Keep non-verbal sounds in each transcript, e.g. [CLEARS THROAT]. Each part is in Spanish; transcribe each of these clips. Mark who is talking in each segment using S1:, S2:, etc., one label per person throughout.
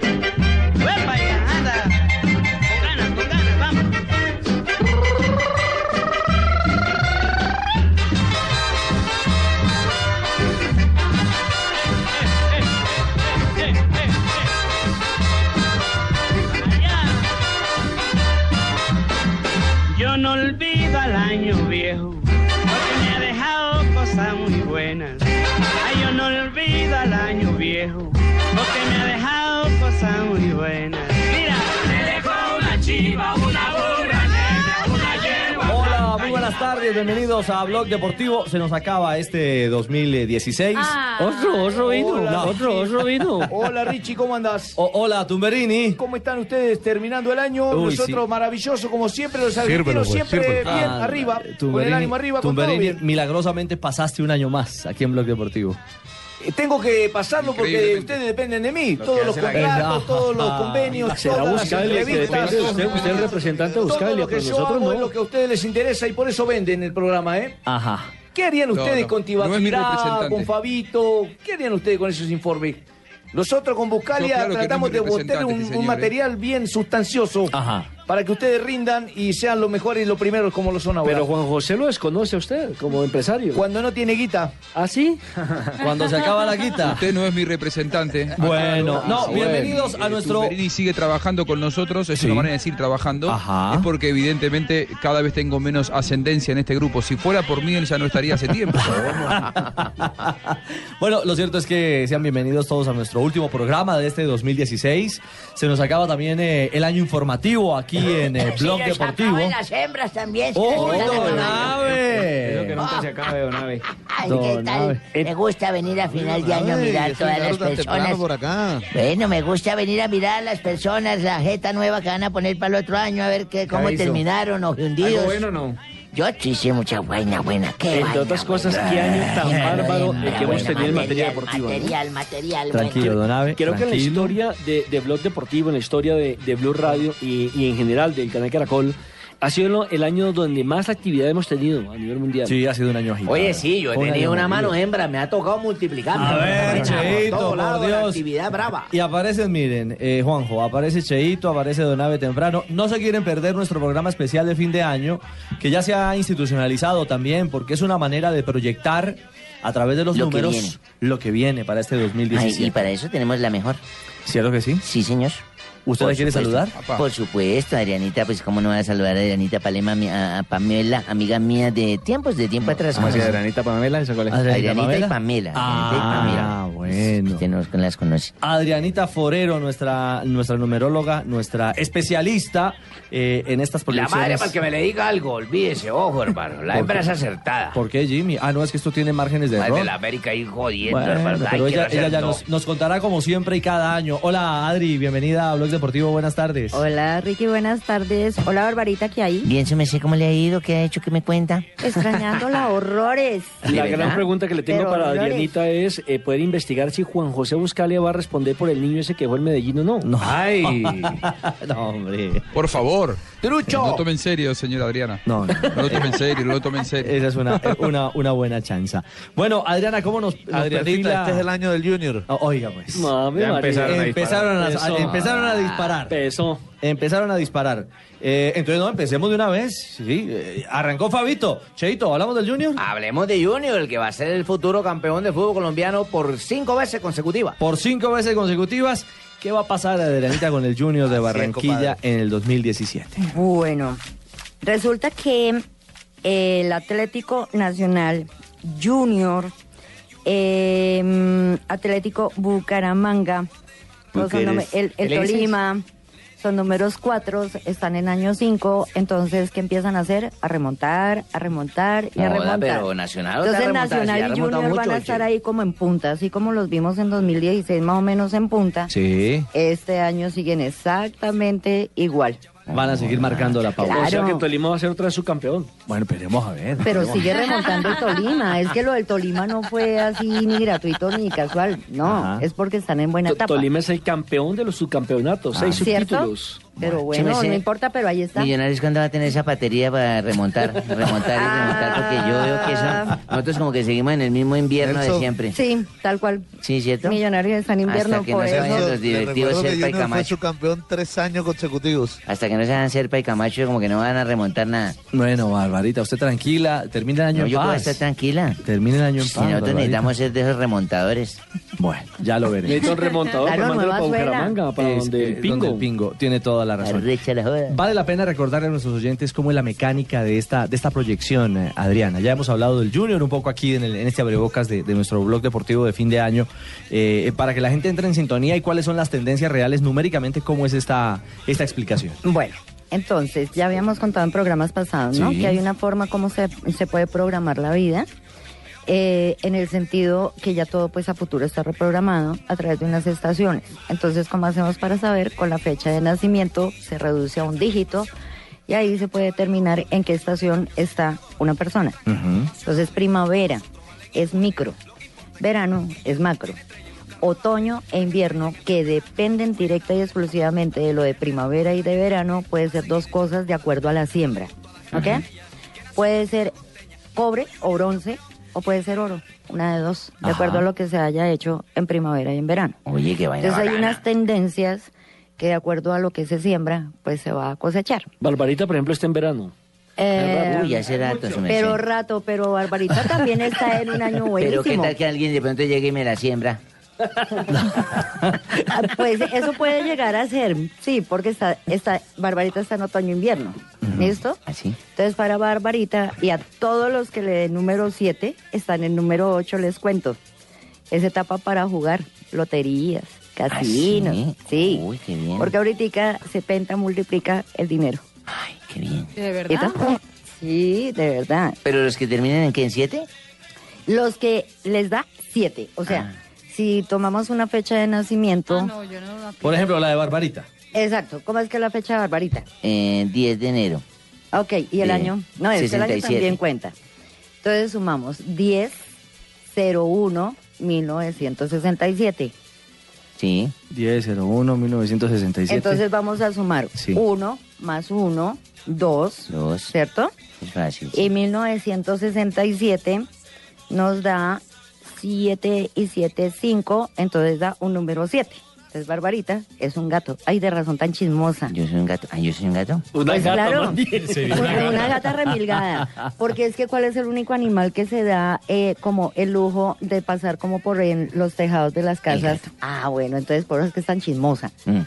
S1: ¡Epa, ya, anda! Con ganas, con ganas, vamos. Eh, eh, eh, eh, eh. Allá. Yo no olvido al año viejo, porque me ha dejado cosas muy buenas. Ay, yo no olvido al año viejo, porque me ha dejado cosas muy buenas. Mira, me dejó una chiva, una burra negra, una yegua.
S2: Ah,
S3: Hola, muy buenas tardes, bienvenidos a Blog Deportivo. Se nos acaba este 2016.
S4: Otro, otro vino,
S3: Hola.
S4: otro, otro vino.
S2: [LAUGHS] Hola Richie, ¿cómo andas?
S3: O- hola, Tumberini.
S2: ¿Cómo están ustedes terminando el año?
S3: Uy,
S2: Nosotros
S3: sí.
S2: maravilloso, como siempre, los argentinos
S5: pues,
S2: siempre bien
S3: Ah,
S2: arriba, con el
S3: Tumberini,
S2: ánimo arriba, con todo
S3: Tumberini,
S2: bien.
S3: milagrosamente pasaste un año más aquí en Blog Deportivo.
S2: Eh, Tengo que pasarlo porque ustedes dependen de mí. todos los
S3: Eh,
S2: contratos, todos los
S3: ah,
S2: convenios,
S4: será
S2: todas las
S4: Buscaglia el que
S2: entrevistas.
S4: depende de usted, usted es el representante de
S2: Todo
S4: Buscaglia,
S2: lo que
S4: pero
S2: yo
S4: nosotros
S2: hago
S4: no.
S2: es lo que a ustedes les interesa y por eso venden el programa, ¿eh?
S3: Ajá.
S2: ¿Qué harían ustedes con Tibaquirá,
S6: representante.
S2: con Fabito? ¿Qué harían ustedes con esos informes? Nosotros con Buscalia
S6: No, claro que no es
S2: tratamos
S6: mi
S2: de botar
S6: representante
S2: un,
S6: este
S2: un
S6: señor,
S2: material bien sustancioso
S3: Ajá.
S2: para que ustedes rindan y sean los mejores y los primeros como lo son ahora.
S4: Pero Juan José lo desconoce a usted como empresario.
S2: Cuando no tiene guita, [LAUGHS]
S4: ¿Ah, sí?
S3: Cuando se acaba la guita.
S6: Usted no es mi representante.
S3: Bueno,
S6: Ah,
S3: no,
S6: bueno.
S3: bienvenidos a
S6: Eh,
S3: nuestro.
S6: Tumberini sigue trabajando con nosotros, es
S3: Sí.
S6: una manera de decir trabajando.
S3: Ajá.
S6: Es porque evidentemente cada vez tengo menos ascendencia en este grupo. Si fuera por mí, él ya no estaría hace tiempo.
S3: Bueno, lo cierto es que sean bienvenidos todos a nuestro último programa de este 2016. Se nos acaba también eh, el año informativo aquí en
S7: [LAUGHS]
S3: eh, Blog
S7: Se les
S3: Deportivo.
S7: acaban las hembras también. se [LAUGHS]
S3: ¡Oh,
S7: les acaban las-
S3: Donave!
S7: Ay, ¿qué tal? Me gusta venir a final de año a mirar todas las personas. Bueno, me gusta venir a mirar a las personas, la jeta nueva que van a poner para el otro año, a ver qué, cómo terminaron o qué hundidos. bueno no? Yo sí hice mucha buena, buena. Qué
S4: Entre
S7: vaina,
S4: otras
S7: buena.
S4: cosas, qué año tan
S7: Ay,
S4: bárbaro
S7: buena,
S4: el que hemos
S7: buena,
S4: tenido en materia
S7: material,
S4: deportiva, ¿no?
S7: Material, material, bueno.
S3: Tranquilo, Donave.
S4: Creo que en la
S3: tranquilo.
S4: historia de, de Blog Deportivo, en la historia de, de Blue Radio y, y en general del canal Caracol, ha sido lo- el año donde más actividad hemos tenido a nivel mundial.
S3: Sí, ha sido un año agitado.
S8: Oye, sí, yo he
S3: Un año
S8: tenido una
S3: movido.
S8: mano hembra, me ha tocado multiplicar.
S3: A ver, Cheito, por Dios.
S8: actividad brava.
S3: Y aparecen, miren, eh, Juanjo, aparece Cheito, aparece Donave temprano. No se quieren perder nuestro programa especial de fin de año, que ya se ha institucionalizado también, porque es una manera de proyectar a través de los
S7: Lo que viene.
S3: números lo que viene para este
S7: Ay,
S3: 2017.
S7: y para eso tenemos la mejor.
S3: ¿Cierto que sí?
S7: Sí, señor.
S3: ¿Usted
S7: Por
S3: la quiere
S7: supuesto.
S3: saludar?
S6: Apa.
S7: Por supuesto, Adrianita, pues cómo no va a saludar a Adrianita Palema, mi- a, a Pamela, amiga mía de tiempos, de tiempo atrás. ¿cómo se- Adrianita y Pamela.
S3: Ah,
S7: Adrianita y Pamela.
S3: bueno.
S7: Usted no las conoce.
S3: Adrianita Forero, nuestra, nuestra numeróloga, nuestra especialista eh, en estas
S8: La
S3: proyecciones.
S8: madre, para que me le diga algo, olvídese, ojo, hermano. La hembra es acertada.
S3: ¿Por qué, Jimmy? Ah, no, es que esto tiene márgenes de
S8: Madre
S3: error.
S8: de la América ahí jodiendo,
S3: Bueno,
S8: hermano. Ay,
S3: pero
S8: quiero
S3: ella, ella
S8: hacer
S3: ya
S8: todo.
S3: nos, nos contará como siempre y cada año. Hola, Adri, bienvenida a Blog Deportivo, buenas tardes.
S9: Hola Ricky, buenas tardes. Hola Barbarita, ¿qué hay?
S7: Bien, se me sé cómo le ha ido, qué ha hecho, qué me cuenta.
S4: [LAUGHS]
S9: Extrañándola, horrores.
S4: La
S7: ¿De
S4: gran
S7: verdad?
S4: pregunta que le tengo
S9: Pero
S4: para
S9: Dolores.
S4: Adrianita es eh, poder investigar si Juan José Buscalia va a responder por el niño ese que fue en Medellín o no.
S6: [LAUGHS]
S8: Ay,
S3: No, hombre.
S6: Por favor. Eh, No
S2: trucho.
S6: lo tome en serio, señora Adriana.
S3: No, no.
S6: No lo tome en serio, no lo tome en serio.
S3: Esa es una, eh, una, una buena chanza. Bueno, Adriana, ¿cómo nos, nos perfila?
S2: año este del Junior.
S3: O- Oiga, pues.
S4: Mame, María.
S3: Empezaron a,
S4: Eso.
S3: a- empezaron
S8: Ah,
S3: a disparar.
S4: Peso.
S3: Empezaron a disparar. Eh, entonces, no, empecemos de una vez. Sí, eh, arrancó Fabito. Cheito, ¿hablamos del Junior?
S8: hablemos de Junior, el que va a ser el futuro campeón de fútbol colombiano por cinco veces consecutivas.
S3: Por cinco veces consecutivas. ¿Qué va a pasar, Adrianita, con el Junior de Barranquilla en el 2017?
S9: Bueno, eh, resulta que el Atlético Nacional Junior eh, mm, Atlético Bucaramanga,
S10: ¿Tú
S9: los
S10: qué
S9: son nome-
S10: eres?
S9: el, el
S10: ¿Él es?
S9: Tolima, son números cuatro, están en año cinco, entonces ¿qué empiezan a hacer? A remontar, a remontar y a
S8: Joda,
S9: remontar.
S8: pero Nacional otra
S9: entonces
S8: remontada, sí, ha
S9: Nacional y
S8: remontado
S9: Junior van
S8: mucho,
S9: a
S8: oye.
S9: estar ahí como en punta, así como los vimos en 2016 más o menos en punta.
S3: Sí.
S9: Este año siguen exactamente igual.
S3: Van a seguir marcando la pauta.
S4: O sea que Tolima va a ser otra vez su campeón.
S3: Bueno, esperemos a ver.
S9: Pero
S4: [LAUGHS]
S3: esperemos.
S9: sigue remontando el Tolima. Es que lo del Tolima no fue así ni gratuito ni casual. No,
S4: Ajá.
S9: es porque están en buena
S4: To-
S9: etapa. Ah,
S4: Tolima es el campeón de los subcampeonatos, seis
S9: ¿Cierto?
S4: subtítulos.
S9: Pero
S8: se me
S9: bueno,
S8: hace-
S9: no importa, pero ahí está.
S8: Millonarios cuando va a tener esa batería para [LAUGHS] remontar, remontar y
S9: Ah.
S8: remontar, porque yo veo que eso, nosotros como que seguimos en el mismo invierno de
S9: Nelson.
S8: siempre.
S9: Ah. Sí, tal cual.
S8: Sí, ¿cierto?
S9: Millonarios están en invierno
S8: Hasta que no
S9: por
S8: se vayan
S9: eso.
S8: los
S11: Te
S8: directivos
S11: recuerdo que
S8: Serpa
S11: Junior
S8: y
S11: fue
S8: Camacho.
S11: su campeón tres años consecutivos.
S8: Hasta que no sean Serpa y Camacho, como que no van a remontar nada.
S3: Bueno, Barbarita, usted tranquila, termina el año
S8: No,
S3: en
S8: yo puedo
S3: paz.
S8: estar tranquila.
S3: Termina el año en
S8: Si
S3: paz,
S8: nosotros
S3: Ah, Barbarita.
S8: necesitamos ser de esos remontadores.
S3: Bueno, ya lo veremos.
S8: Necesita un remontador
S4: Claro, para mandarlo nueva para suela. Bucaramanga, para donde el Pingo.
S3: Pingo. Tiene toda la razón. Vale la pena recordarle a nuestros oyentes cómo es la mecánica de esta, de esta proyección, eh, Adriana. Ya hemos hablado del Junior un poco aquí en, el- en este abrebocas de, de nuestro blog deportivo de fin de año, eh, para que la gente entre en sintonía y cuáles son las tendencias reales numéricamente, cómo es esta, esta explicación.
S9: Bueno. Entonces, ya habíamos contado en programas pasados, ¿no?
S3: Sí.
S9: Que hay una forma como se, se puede programar la vida, eh, en el sentido que ya todo pues a futuro está reprogramado a través de unas estaciones. Entonces, ¿cómo hacemos para saber? Con la fecha de nacimiento se reduce a un dígito y ahí se puede determinar en qué estación está una persona. Entonces, primavera es micro, verano es macro, otoño e invierno, que dependen directa y exclusivamente de lo de primavera y de verano, puede ser dos cosas de acuerdo a la siembra. ¿Ok? Puede ser cobre o bronce, o puede ser oro, una de dos, de
S8: Ajá.
S9: acuerdo a lo que se haya hecho en primavera y en verano.
S8: Oye, qué vaina
S9: Entonces hay
S8: bacana.
S9: unas tendencias que de acuerdo a lo que se siembra, pues se va a cosechar.
S4: Barbarita, por ejemplo, está en verano.
S9: Eh,
S8: Uy, hace rato se me
S9: pero
S8: hace.
S9: rato, pero Barbarita también está en un año
S8: [LAUGHS] Pero qué
S9: buenísimo.
S8: tal que alguien de pronto llegue y me la siembra.
S9: Ah, [LAUGHS] Pues eso puede llegar a ser, sí, porque está, está, Barbarita está en otoño-invierno, ¿listo?
S8: Así.
S9: Entonces para Barbarita y a todos los que le den número 7, están en número 8, les cuento. Es etapa para jugar loterías, casinos, sí.
S8: Ah, Uy, qué bien.
S9: Porque ahorita se penta, multiplica el dinero.
S12: ¿De
S9: ¿Y tú? Sí, de verdad.
S8: Pero los que terminan en qué, en siete?
S9: Los que les da 7, o
S8: Ah.
S9: sea, si tomamos una fecha de nacimiento...
S3: Por ejemplo, la de Barbarita.
S9: Exacto, ¿cómo es que es la fecha de Barbarita?
S8: Eh, 10 de enero.
S9: Ok, ¿y el
S8: Eh,
S9: año? No, es que el año
S8: 67.
S9: también cuenta. Entonces sumamos 10, 01, 1967.
S8: Sí.
S3: 1001 1967.
S9: Entonces vamos a sumar
S3: Sí.
S9: 1 más 1, 2,
S8: Dos.
S9: ¿cierto?
S8: Es fácil.
S9: Y 1967 nos da 7 y 7, 5, entonces da un número 7. Entonces Barbarita es un gato. Ay, de razón tan chismosa.
S8: Yo soy un gato. Ah, yo soy un gato.
S4: Una
S9: Pues gata, claro. más
S8: Una
S9: Una, una gata remilgada. Porque es que cuál es el único animal que se da eh, como el lujo de pasar como por en los tejados de las casas. Ah, bueno, entonces por eso es que es tan chismosa.
S10: Mm,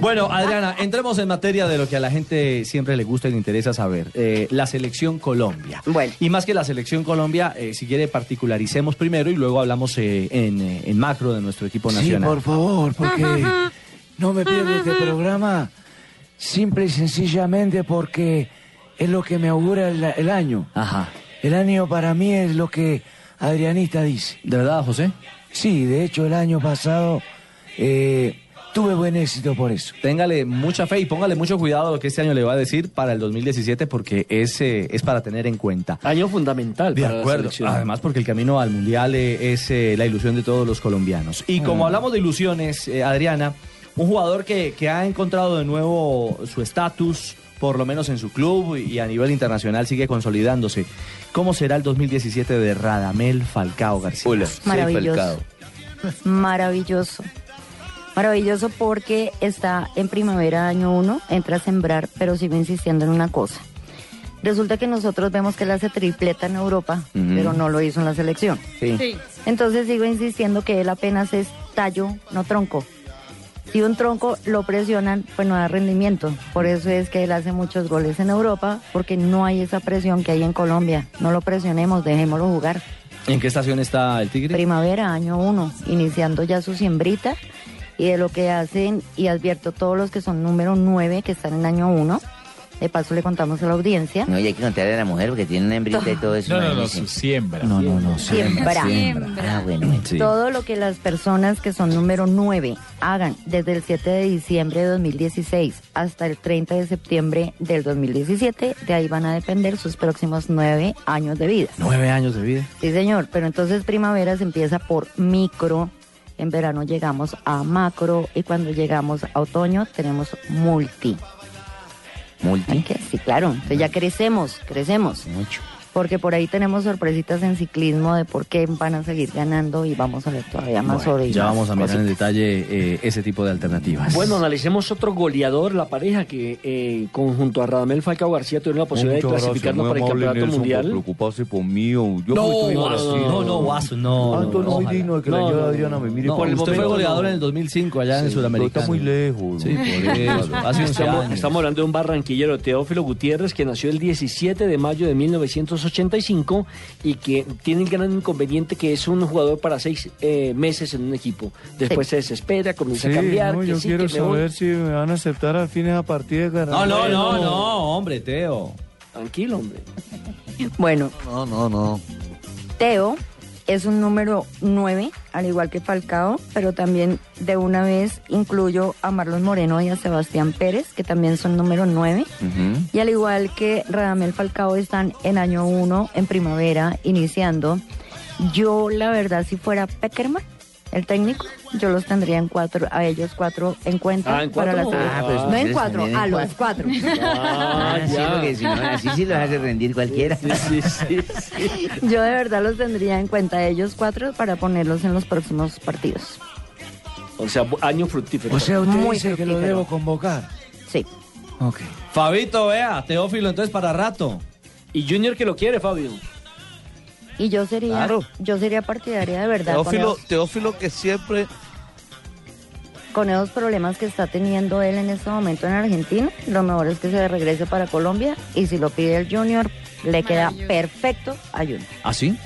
S3: Bueno, Adriana, entremos en materia de lo que a la gente siempre le gusta y le interesa saber. eh, la selección Colombia. Y más que la selección Colombia, eh, si quiere, particularicemos primero y luego hablamos eh, en, eh, en macro de nuestro equipo
S10: Sí,
S3: nacional.
S10: por favor, porque no me pierdo este programa simple y sencillamente porque es lo que me augura el, el año.
S3: Ajá.
S10: El año para mí es lo que Adrianista dice.
S3: ¿De verdad, José?
S10: Sí, de hecho el año pasado eh, tuve buen éxito por eso.
S3: Téngale mucha fe y póngale mucho cuidado a lo que este año le va a decir para el 2017 porque ese es para tener en cuenta.
S4: Año fundamental.
S3: De
S4: para la
S3: acuerdo.
S4: selección.
S3: Además porque el camino al mundial eh, es eh, la ilusión de todos los colombianos. Y como
S4: Mm.
S3: hablamos de ilusiones, eh, Adriana, un jugador que, que ha encontrado de nuevo su estatus, por lo menos en su club y a nivel internacional sigue consolidándose. ¿Cómo será el 2017 de Radamel Falcao García?
S9: Maravilloso. Maravilloso. Maravilloso porque está en primavera año 1, entra a sembrar, pero sigo insistiendo en una cosa. Resulta que nosotros vemos que él hace tripleta en Europa,
S8: Ujú.
S9: pero no lo hizo en la selección.
S8: Sí.
S9: Entonces sigo insistiendo que él apenas es tallo, no tronco. Si un tronco lo presionan, pues no da rendimiento. Por eso es que él hace muchos goles en Europa, porque no hay esa presión que hay en Colombia. No lo presionemos, dejémoslo jugar.
S3: ¿En qué estación está el tigre?
S9: Primavera, año 1, iniciando ya su siembrita y de lo que hacen, y advierto todos los que son número 9, que están en año 1. De paso le contamos a la audiencia.
S8: No, y hay que contarle a la mujer porque tiene una hembrita y todo eso.
S12: No, no, no,
S8: imagínese.
S12: su siembra.
S8: No, no, no.
S9: Siembra.
S8: Ah, bueno. bueno.
S9: Todo lo que las personas que son número 9 hagan desde el 7 de diciembre de 2016 hasta el 30 de septiembre del 2017, de ahí van a depender sus próximos 9 años de vida.
S3: Nueve años de vida.
S9: Sí, señor, pero entonces primavera se empieza por micro, en verano llegamos a macro y cuando llegamos a otoño tenemos multi.
S8: ¿Multi?
S9: que Sí, claro. Entonces ya crecemos, crecemos.
S8: Mucho.
S9: Porque por ahí tenemos sorpresitas en ciclismo de por qué van a seguir ganando y vamos a ver todavía más
S3: Bueno,
S9: sobre.
S3: ya vamos a mirar en detalle eh, ese tipo de alternativas.
S4: Bueno, analicemos otro goleador, la pareja que eh, conjunto a Radamel Falcao García tuvieron la posibilidad de clasificarnos para el campeonato mundial.
S13: preocuparse por mí. o Yo
S4: No,
S13: porque estoy
S4: no,
S13: Brasil.
S4: no, no, no,
S3: Guaso, no,
S13: Tanto
S3: no,
S13: Ah, no soy
S3: ojalá.
S13: digno de que la
S3: No,
S13: lleve
S3: no,
S13: Adriana me mire.
S3: No,
S13: Por el
S3: usted fue
S13: momento,
S3: goleador
S13: no.
S3: en el 2005 allá en
S13: Sí,
S3: Sudamérica.
S13: pero está muy lejos.
S3: Tota Sí, por eso. Hace 11
S4: estamos,
S3: años.
S4: estamos hablando de un barranquillero, Teófilo Gutiérrez, que nació el 17 de mayo de 1985 y que tiene el gran inconveniente que es un jugador para seis eh, meses en un equipo. Después se desespera, comienza
S14: Sí,
S4: a cambiar.
S14: no,
S4: que
S14: yo
S4: sí,
S14: quiero
S4: que me voy.
S14: saber si me van a aceptar al fin esa partida.
S3: No, no, no, no, hombre, Teo.
S4: Tranquilo, hombre.
S9: Bueno.
S11: No, no, no.
S9: Teo es un número 9, al igual que Falcao, pero también de una vez incluyo a Marlon Moreno y a Sebastián Pérez, que también son número 9. Y al igual que Radamel Falcao están en año 1, en primavera, iniciando. Yo, la verdad, si fuera Peckerman, el técnico, yo los tendría en cuatro, a ellos cuatro en cuenta
S8: Ah, ¿en
S9: para
S8: cuatro?
S9: la
S8: Ah, pues,
S9: no en
S8: ustedes
S9: cuatro,
S8: también en
S9: a los cuatro. [LAUGHS]
S8: Ah, sí, porque si no, así sí los hace rendir cualquiera.
S4: Sí,
S8: [LAUGHS]
S4: sí,
S9: Yo de verdad los tendría en cuenta a ellos cuatro para ponerlos en los próximos partidos.
S4: O sea, bu- año fructífero.
S10: O sea, usted
S9: Muy
S10: dice que lo
S9: fructífero.
S10: debo convocar.
S9: Sí.
S10: Ok.
S3: Fabito, eh. vea, Teófilo, entonces para rato.
S4: Y Junior que lo quiere, Fabio.
S9: Y yo sería,
S11: Claro.
S9: yo sería partidaria de verdad con
S11: Teófilo,
S9: esos,
S11: Teófilo que siempre
S9: con esos problemas que está teniendo él en este momento en Argentina. Lo mejor es que se regrese para Colombia y si lo pide el Junior, le queda perfecto a Junior.
S3: ¿Ah, sí?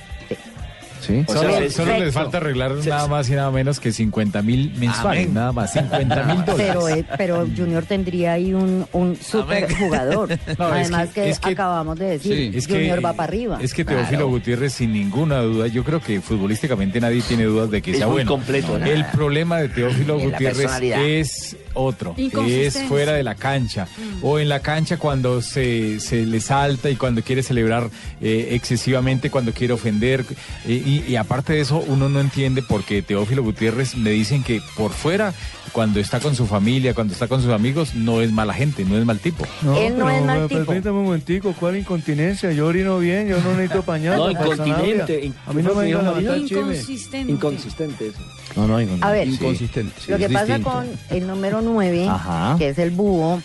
S12: Sí.
S9: O
S12: solo,
S9: sea,
S12: solo
S9: perfecto.
S12: les falta arreglar nada más y nada menos que 50 mil mensuales,
S9: Amén.
S12: nada más, 50 mil
S9: Pero,
S12: dólares.
S9: eh, pero Junior tendría ahí un, un super jugador.
S12: [LAUGHS] No, es
S9: Además
S12: que-
S9: que,
S12: es que-
S9: acabamos de decir,
S12: Sí, es que-
S9: Junior va para arriba.
S12: Es que Teófilo Gutiérrez, sin ninguna duda, yo creo que futbolísticamente nadie tiene dudas de que
S4: Es
S12: sea
S4: muy
S12: bueno.
S4: completo, ¿no?
S12: El problema de Teófilo
S4: En la
S12: Gutiérrez
S4: personalidad.
S12: es otro, es
S4: Inconsistencia.
S12: fuera de la cancha o en la cancha cuando se, se le salta y cuando quiere celebrar eh, excesivamente, cuando quiere ofender. eh, y, y aparte de eso, uno no entiende porque Teófilo Gutiérrez me dicen que por fuera, cuando está con su familia, cuando está con sus amigos, no es mala gente, no es mal tipo.
S9: Él no
S14: pero
S9: es mal
S14: eh,
S9: tipo.
S14: Permítame un momentico, ¿cuál incontinencia? Yo orino bien, yo no necesito pañal.
S4: No,
S14: para zanahoria.
S4: incontinente.
S14: A mí no me vengan a levantar chismes.
S15: Inconsistente.
S4: Inconsistente eso.
S3: No, no,
S9: A ver,
S3: inconsistente.
S9: Lo que pasa con el número 9,
S3: Ajá.
S9: que es el búho,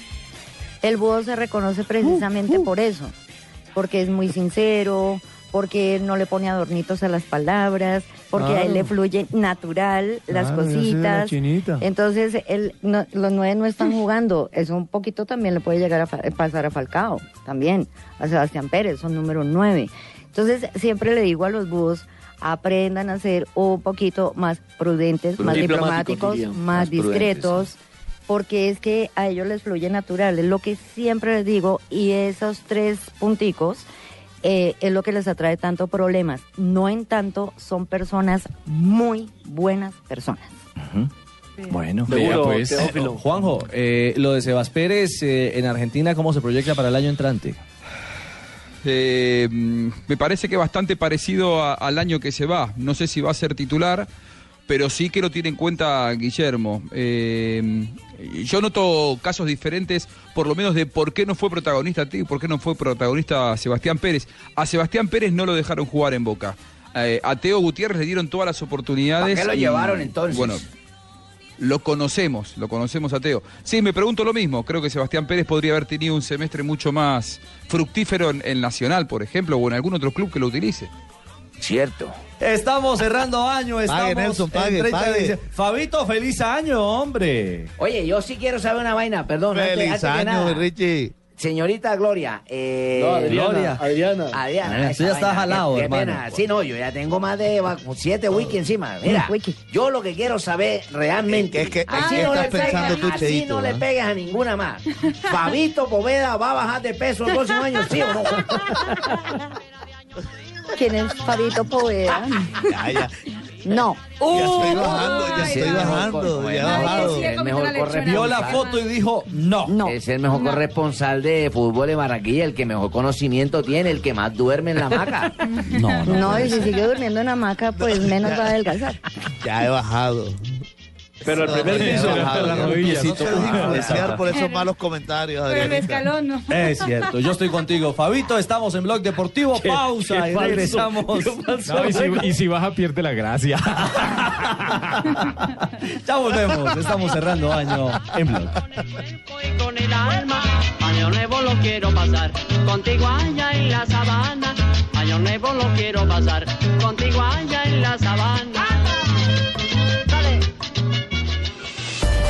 S9: el búho se reconoce
S14: Uh,
S9: precisamente por eso, porque es muy sincero, porque él no le pone adornitos a las palabras, porque a él
S14: Claro.
S9: le fluye natural las
S14: Claro, yo soy de la
S9: cositas.
S14: chinita.
S9: Entonces, él, no- los nueve no están jugando, eso un poquito también le puede llegar a fa- pasar a Falcao, también, a Sebastián Pérez, son número 9. Entonces, siempre le digo a los búhos, aprendan a ser un poquito más prudentes, más diplomáticos,
S4: Diplomáticos, diría.
S9: más,
S4: Más prudentes,
S9: discretos, porque es que a ellos les fluye natural, es lo que siempre les digo, y esos tres punticos eh, es lo que les atrae tanto problemas. No en tanto, son personas muy buenas personas.
S3: Bueno,
S4: Seguro,
S3: vea, pues.
S4: Teófilo.
S3: Eh, Juanjo, eh, lo de Sebas Pérez eh, en Argentina, ¿cómo se proyecta para el año entrante?
S6: Eh, mm, me parece que bastante parecido a- al año que se va. No sé si va a ser titular, pero sí que lo tiene en cuenta Guillermo. Eh, yo noto casos diferentes, por lo menos de por qué no fue protagonista Tigre, por qué no fue protagonista Sebastián Pérez. A Sebastián Pérez no lo dejaron jugar en Boca. Eh, a Teo Gutiérrez le dieron todas las oportunidades.
S13: ¿Para qué lo
S6: y,
S13: llevaron, entonces?
S6: Bueno, lo conocemos, lo conocemos a Teo. Sí, me pregunto lo mismo. Creo que Sebastián Pérez podría haber tenido un semestre mucho más fructífero en, en Nacional, por ejemplo, o en algún otro club que lo utilice.
S13: Cierto.
S3: Estamos cerrando año,
S13: Pague,
S3: estamos
S13: Nelson,
S3: en
S13: pague,
S3: 30 de
S13: pague.
S3: diciembre. Fabito, feliz año, hombre.
S13: Oye, yo sí quiero saber una vaina, perdón. antes-
S11: Feliz
S13: antes que
S11: año,
S13: nada.
S11: Richie.
S8: Señorita Gloria. eh,
S15: No, Adriana, Gloria. Adriana.
S8: Adriana.
S15: Adriana,
S8: esa
S15: tú ya estás
S8: vaina,
S15: jalado,
S8: qué- qué
S15: hermano.
S8: pena. Sí, no, yo ya tengo más de va- siete wiki encima. Mira, yo lo que quiero saber realmente. Es que,
S15: qué estás pensando tú,
S8: así
S15: Cheito,
S8: no le
S15: ah?
S8: pegues a
S15: [LAUGHS]
S8: ninguna más. Fabito Poveda va a bajar de peso el próximo año, ¿sí o no?
S9: ¿Quién es Fabito Poveda? No.
S15: estoy bajando, ya estoy bajando, ya he bajado.
S8: El mejor corresponsal.
S15: Vio la foto
S8: y dijo no. Es el mejor corresponsal de fútbol de Barranquilla, el que mejor conocimiento tiene, el que más duerme en la hamaca.
S9: No, y si sigue durmiendo en hamaca, pues menos va a adelgazar.
S11: Ya he bajado.
S4: Pero al primer
S11: ya he
S4: piso,
S11: bajado,
S4: la
S11: ya.
S4: rodilla,
S11: No
S4: ¿no?
S11: se deje influenciar por esos
S16: Pero-
S11: malos comentarios,
S16: Pero el
S11: Adrián.
S16: escalón no.
S3: Es cierto, yo estoy contigo, Fabito. Estamos en Blog Deportivo.
S12: Qué-
S3: pausa
S12: qué
S3: y
S12: falso,
S3: regresamos.
S12: qué falso. No, y, si, y si baja, pierde la gracia.
S3: Ya volvemos. Estamos cerrando año en Blog.
S1: con el alma. Año nuevo lo quiero pasar contigo allá en la sabana. Año nuevo lo quiero pasar contigo allá en la sabana. Dale.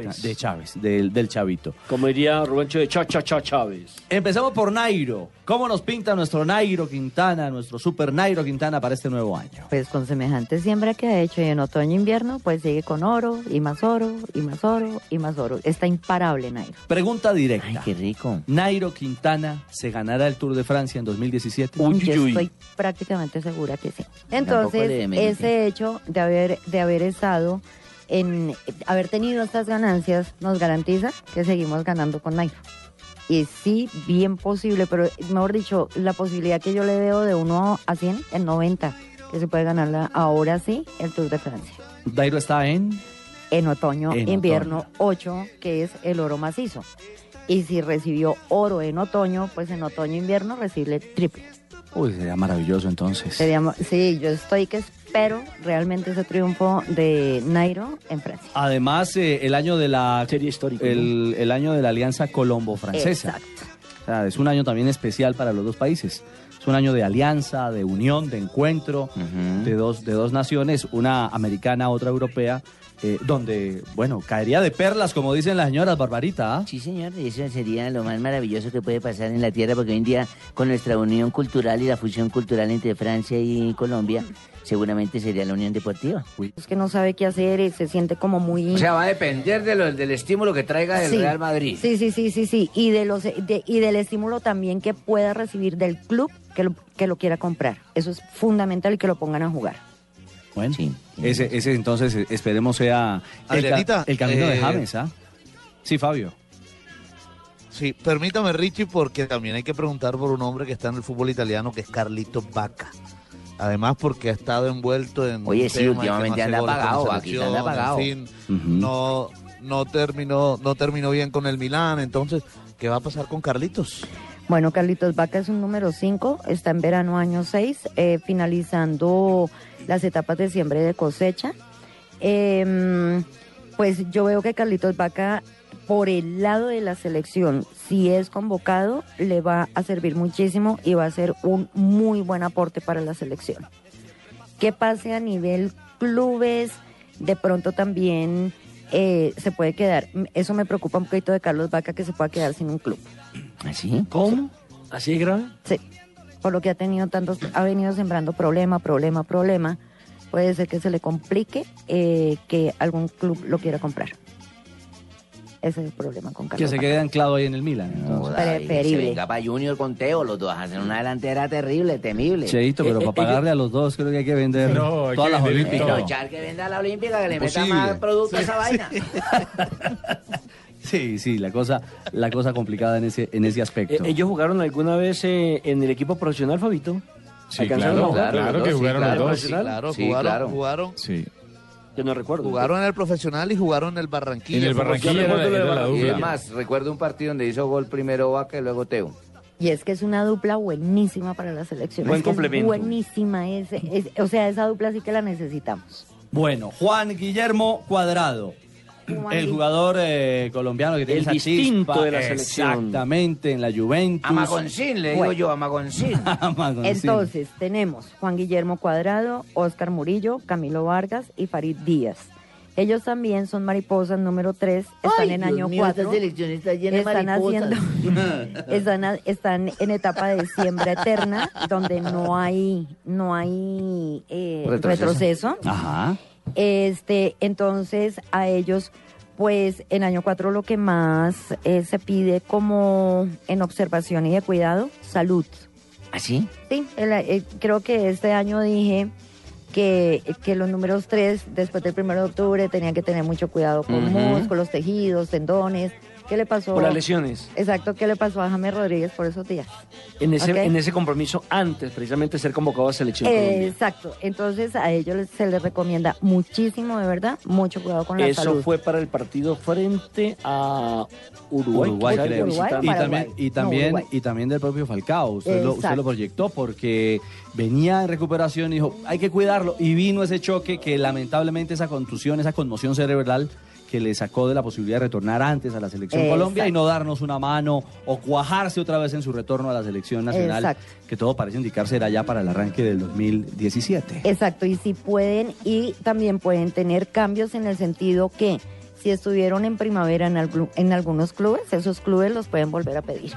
S3: Exacta- De Chávez, del, del Chavito.
S4: Como diría Rubencho de Cha Cha Cha Chávez.
S3: Empezamos por Nairo. ¿Cómo nos pinta nuestro Nairo Quintana, nuestro super Nairo Quintana para este nuevo año?
S9: Pues con semejante siembra que ha hecho y en otoño e invierno, pues sigue con oro y más oro y más oro y más oro. Está imparable, Nairo.
S3: Pregunta directa. Ay, qué rico. Nairo Quintana se ganará el Tour de Francia en 2017.
S9: Yo estoy prácticamente segura que sí.
S8: Tampoco
S9: Entonces,
S8: le merece.
S9: ese hecho de haber, de haber estado en haber tenido estas ganancias nos garantiza que seguimos ganando con Nairo. Y sí, bien posible, pero mejor dicho, la posibilidad que yo le veo de 1 a 100 en 90, que se puede ganarla ahora sí el Tour de Francia.
S3: Dairo está en...
S9: En otoño,
S3: En
S9: Ah, invierno 8, que es el oro macizo. Y si recibió oro en otoño, pues en otoño, invierno recibe el triple.
S3: Uy, sería maravilloso entonces.
S9: Sería mo- sí, yo estoy que espero realmente ese triunfo de Nairo en Francia.
S3: Además, eh, el año de la serie histórica, el, el año de la alianza colombo-francesa. O sea, es un año también especial para los dos países. Es un año de alianza, de unión, de encuentro de dos de dos naciones, una americana, otra europea. eh, donde, bueno, caería de perlas, como dicen las señoras Barbarita. ¿ah?
S8: Sí, señor, eso sería lo más maravilloso que puede pasar en la Tierra, porque hoy en día, con nuestra unión cultural y la fusión cultural entre Francia y Colombia, seguramente sería la unión deportiva.
S9: Es que no sabe qué hacer y se siente como muy...
S13: O sea, va a depender de lo- del estímulo que traiga del
S9: Sí.
S13: Real Madrid.
S9: Sí, sí, sí, sí, sí. Y, de los, de- y del estímulo también que pueda recibir del club que lo, que lo quiera comprar. Eso es fundamental y que lo pongan a jugar.
S3: Bueno, ese, ese entonces eh, esperemos sea el, ca-
S11: Adrianita,
S3: el camino de
S11: eh,
S3: James, ¿ah? Sí, Fabio.
S11: Sí, permítame, Richie, porque también hay que preguntar por un hombre que está en el fútbol italiano, que es Carlito Vaca. Además, porque ha estado envuelto en.
S13: Oye,
S11: un
S13: sí,
S11: tema de que
S13: últimamente
S11: hace
S13: anda
S11: goles con la
S13: apagado, Vaquita, anda
S11: selección,
S13: apagado.
S11: En fin, no, no, terminó, no terminó bien con el Milán. Entonces, ¿qué va a pasar con Carlitos?
S9: Bueno, Carlitos Vaca es un número 5, está en verano año 6, finalizando las etapas de siembra y de cosecha. Eh, pues yo veo que Carlitos Vaca, por el lado de la selección, si es convocado, le va a servir muchísimo y va a ser un muy buen aporte para la selección. Que pase a nivel clubes, de pronto también eh, se puede quedar. Eso me preocupa un poquito de Carlos Vaca, que se pueda quedar sin un club.
S8: ¿Así?
S4: ¿Cómo? ¿Así de grave?
S9: Sí, por lo que ha tenido tantos, ha venido sembrando problema, problema, problema. Puede ser que se le complique eh, que algún club lo quiera comprar. Ese es el problema con
S3: ¿ah? Que
S9: Carlos.
S3: se
S9: Vaca.
S3: quede anclado ahí en el Milan. entonces.
S9: Preferible.
S8: Se venga para Junior con Teo, los dos hacen una delantera terrible, temible.
S3: Cheito,
S4: Eh,
S3: pero para pagarle a los dos creo que hay que vender
S8: No, hay
S3: todas
S8: que
S3: las
S8: vender
S3: olímpicas.
S8: todo. Char que venda a la Olímpica, que le meta
S3: Imposible.
S8: más producto a esa vaina.
S3: Sí, sí, la cosa, la cosa complicada en ese, en ese aspecto.
S4: Eh, ¿Ellos jugaron alguna vez eh, en el equipo profesional, Fabito?
S3: Sí,
S4: ¿Alcanzaron
S3: claro,
S4: a jugar?
S3: claro, claro que jugaron los dos.
S4: ¿Profesional?
S3: Sí, claro,
S11: Sí, jugaron, claro. jugaron.
S12: Sí.
S4: Yo no recuerdo.
S11: Jugaron en el profesional y jugaron en el Barranquilla.
S13: Yo recuerdo lo de Barranquilla.
S11: dupla.
S13: Es más, recuerdo un partido donde hizo gol primero Vaca y luego Teo.
S9: Y es que es una dupla buenísima para la selección.
S13: Buen
S9: Es que es
S13: complemento.
S9: buenísima. es- es- o sea, esa dupla sí que la necesitamos.
S3: Bueno, Juan Guillermo Cuadrado. El jugador eh, colombiano que tiene
S4: El
S3: esa
S4: distinto
S3: chispa,
S4: de la selección.
S3: Exactamente, en la Juventus.
S13: Amagoncín, le digo
S9: Bueno.
S13: yo, Amagoncín.
S3: [LAUGHS] Amagoncín.
S9: Entonces, tenemos Juan Guillermo Cuadrado, Óscar Murillo, Camilo Vargas y Farid Díaz. Ellos también son mariposas número 3, están
S7: Ay,
S9: en
S7: Dios
S9: año
S7: mío, esta
S9: 4.
S7: selección está llena de
S9: están
S7: mariposas. [LAUGHS]
S9: haciendo están, a- están en etapa de siembra eterna donde no hay no hay eh, retroceso.
S3: Ajá.
S9: Este, entonces a ellos, pues en año 4 lo que más eh, se pide como en observación y de cuidado, salud.
S8: ¿Así?
S9: Sí, el- eh, creo que este año dije que, que los números 3, después del 1 de octubre, tenían que tener mucho cuidado con
S4: Ujú.
S9: músculos, tejidos, tendones. ¿Qué le pasó?
S4: Por las lesiones.
S9: Exacto, ¿qué le pasó a James Rodríguez por esos días?
S4: En ese,
S9: Ok.
S4: en ese compromiso antes, precisamente, de ser convocado a selección Colombia.
S9: Exacto, entonces a ellos les- se les recomienda muchísimo, de verdad, mucho cuidado con la
S4: Eso
S9: salud.
S4: fue para el partido frente a Uruguay.
S3: Uruguay,
S4: ¿sabes?
S3: creo.
S4: Visitando.
S3: y también, y también, y también del propio Falcao. Usted lo, usted
S4: Exacto.
S3: lo proyectó porque venía en recuperación y dijo, hay que cuidarlo. Y vino ese choque que lamentablemente esa contusión, esa conmoción cerebral que le sacó de la posibilidad de retornar antes a la selección
S9: Exacto.
S3: Colombia y no darnos una mano o cuajarse otra vez en su retorno a la selección nacional,
S9: Exacto.
S3: que todo parece indicar será ya para el arranque del 2017.
S9: Exacto, y si pueden, y también pueden tener cambios en el sentido que si estuvieron en primavera en, algu- en algunos clubes, esos clubes los pueden volver a pedir.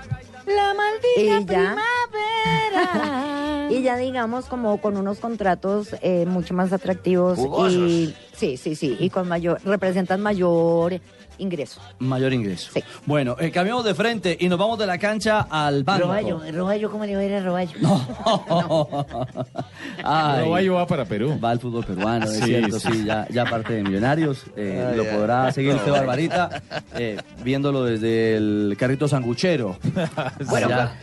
S7: La
S9: Y ya.
S7: [LAUGHS] primavera.
S9: Y ya digamos como con unos contratos eh, mucho más atractivos y
S3: Jugosos.
S9: sí, sí, sí, y con mayor representan mayor ingreso.
S3: Mayor ingreso. Bueno, eh, cambiamos de frente y nos vamos de la cancha al banco.
S7: Roballo, Roballo, ¿cómo le va a ir a Roballo?
S3: Ay.
S12: Roballo va para Perú.
S3: Va al fútbol peruano, es
S12: Sí,
S3: cierto,
S12: sí.
S3: sí, ya, ya parte de Millonarios. eh,
S12: Ay,
S3: lo
S12: ay.
S3: podrá seguir usted, Barbarita, eh, viéndolo desde el carrito
S12: [LAUGHS]
S3: sanguchero.
S8: Bueno,
S3: Ya.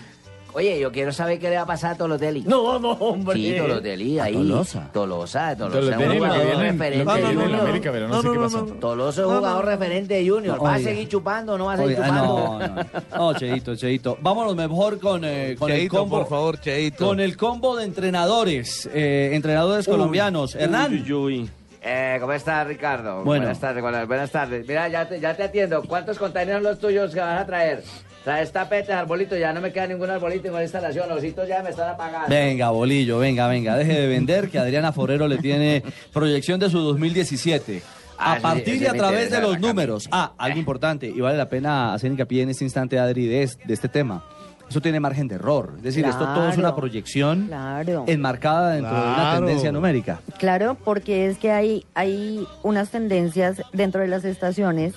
S8: Oye, yo quiero saber qué le va a pasar a Toloteli.
S4: No, no, hombre.
S8: Sí, Toloteli,
S3: A
S8: ahí.
S3: Tolosa.
S8: Tolosa, Tolosa.
S3: Toloteli,
S8: un
S3: la que
S8: jugador
S3: viene en- la
S8: referente
S3: que
S8: de
S3: viene en
S8: Junior.
S3: América, pero no No, sé no, qué no, pasó. no.
S8: Tolosa es
S3: No, no.
S8: jugador referente de Junior.
S3: No,
S8: ¿Va a
S3: oiga.
S8: seguir chupando o no va a seguir
S12: ah,
S3: Oiga,
S8: chupando?
S3: no, no, no, Cheito, Cheito. Vámonos mejor con, eh, con el
S11: Cheito,
S3: combo.
S11: por favor, Cheito.
S3: Con el combo de entrenadores, eh, entrenadores
S13: Uy,
S3: colombianos.
S13: uy,
S3: Hernán.
S13: uy, Eh, ¿Cómo estás, Ricardo?
S3: Bueno.
S13: Buenas tardes, buenas, buenas tardes. Mira, ya te, ya te atiendo. ¿Cuántos contenedores son los tuyos que vas a traer? Traes tapetes, arbolitos, ya no me queda ningún arbolito en la instalación. Los hitos ya me están apagando.
S3: Venga, bolillo, venga, venga. Deje de vender que Adriana Forero le tiene proyección de su 2017.
S13: Ah,
S3: A
S13: sí,
S3: partir
S13: ese
S3: y a
S13: me
S3: través
S13: interesa,
S3: de los
S13: bacán.
S3: números. Ah, algo importante, y vale la pena hacer hincapié en este instante, Adri, de, es- de este tema. Eso tiene margen de error. Es decir, esto todo es
S9: Claro.
S3: una proyección
S9: Claro.
S3: enmarcada dentro de una
S9: Claro.
S3: tendencia numérica.
S9: Claro, porque es que hay, hay unas tendencias dentro de las estaciones,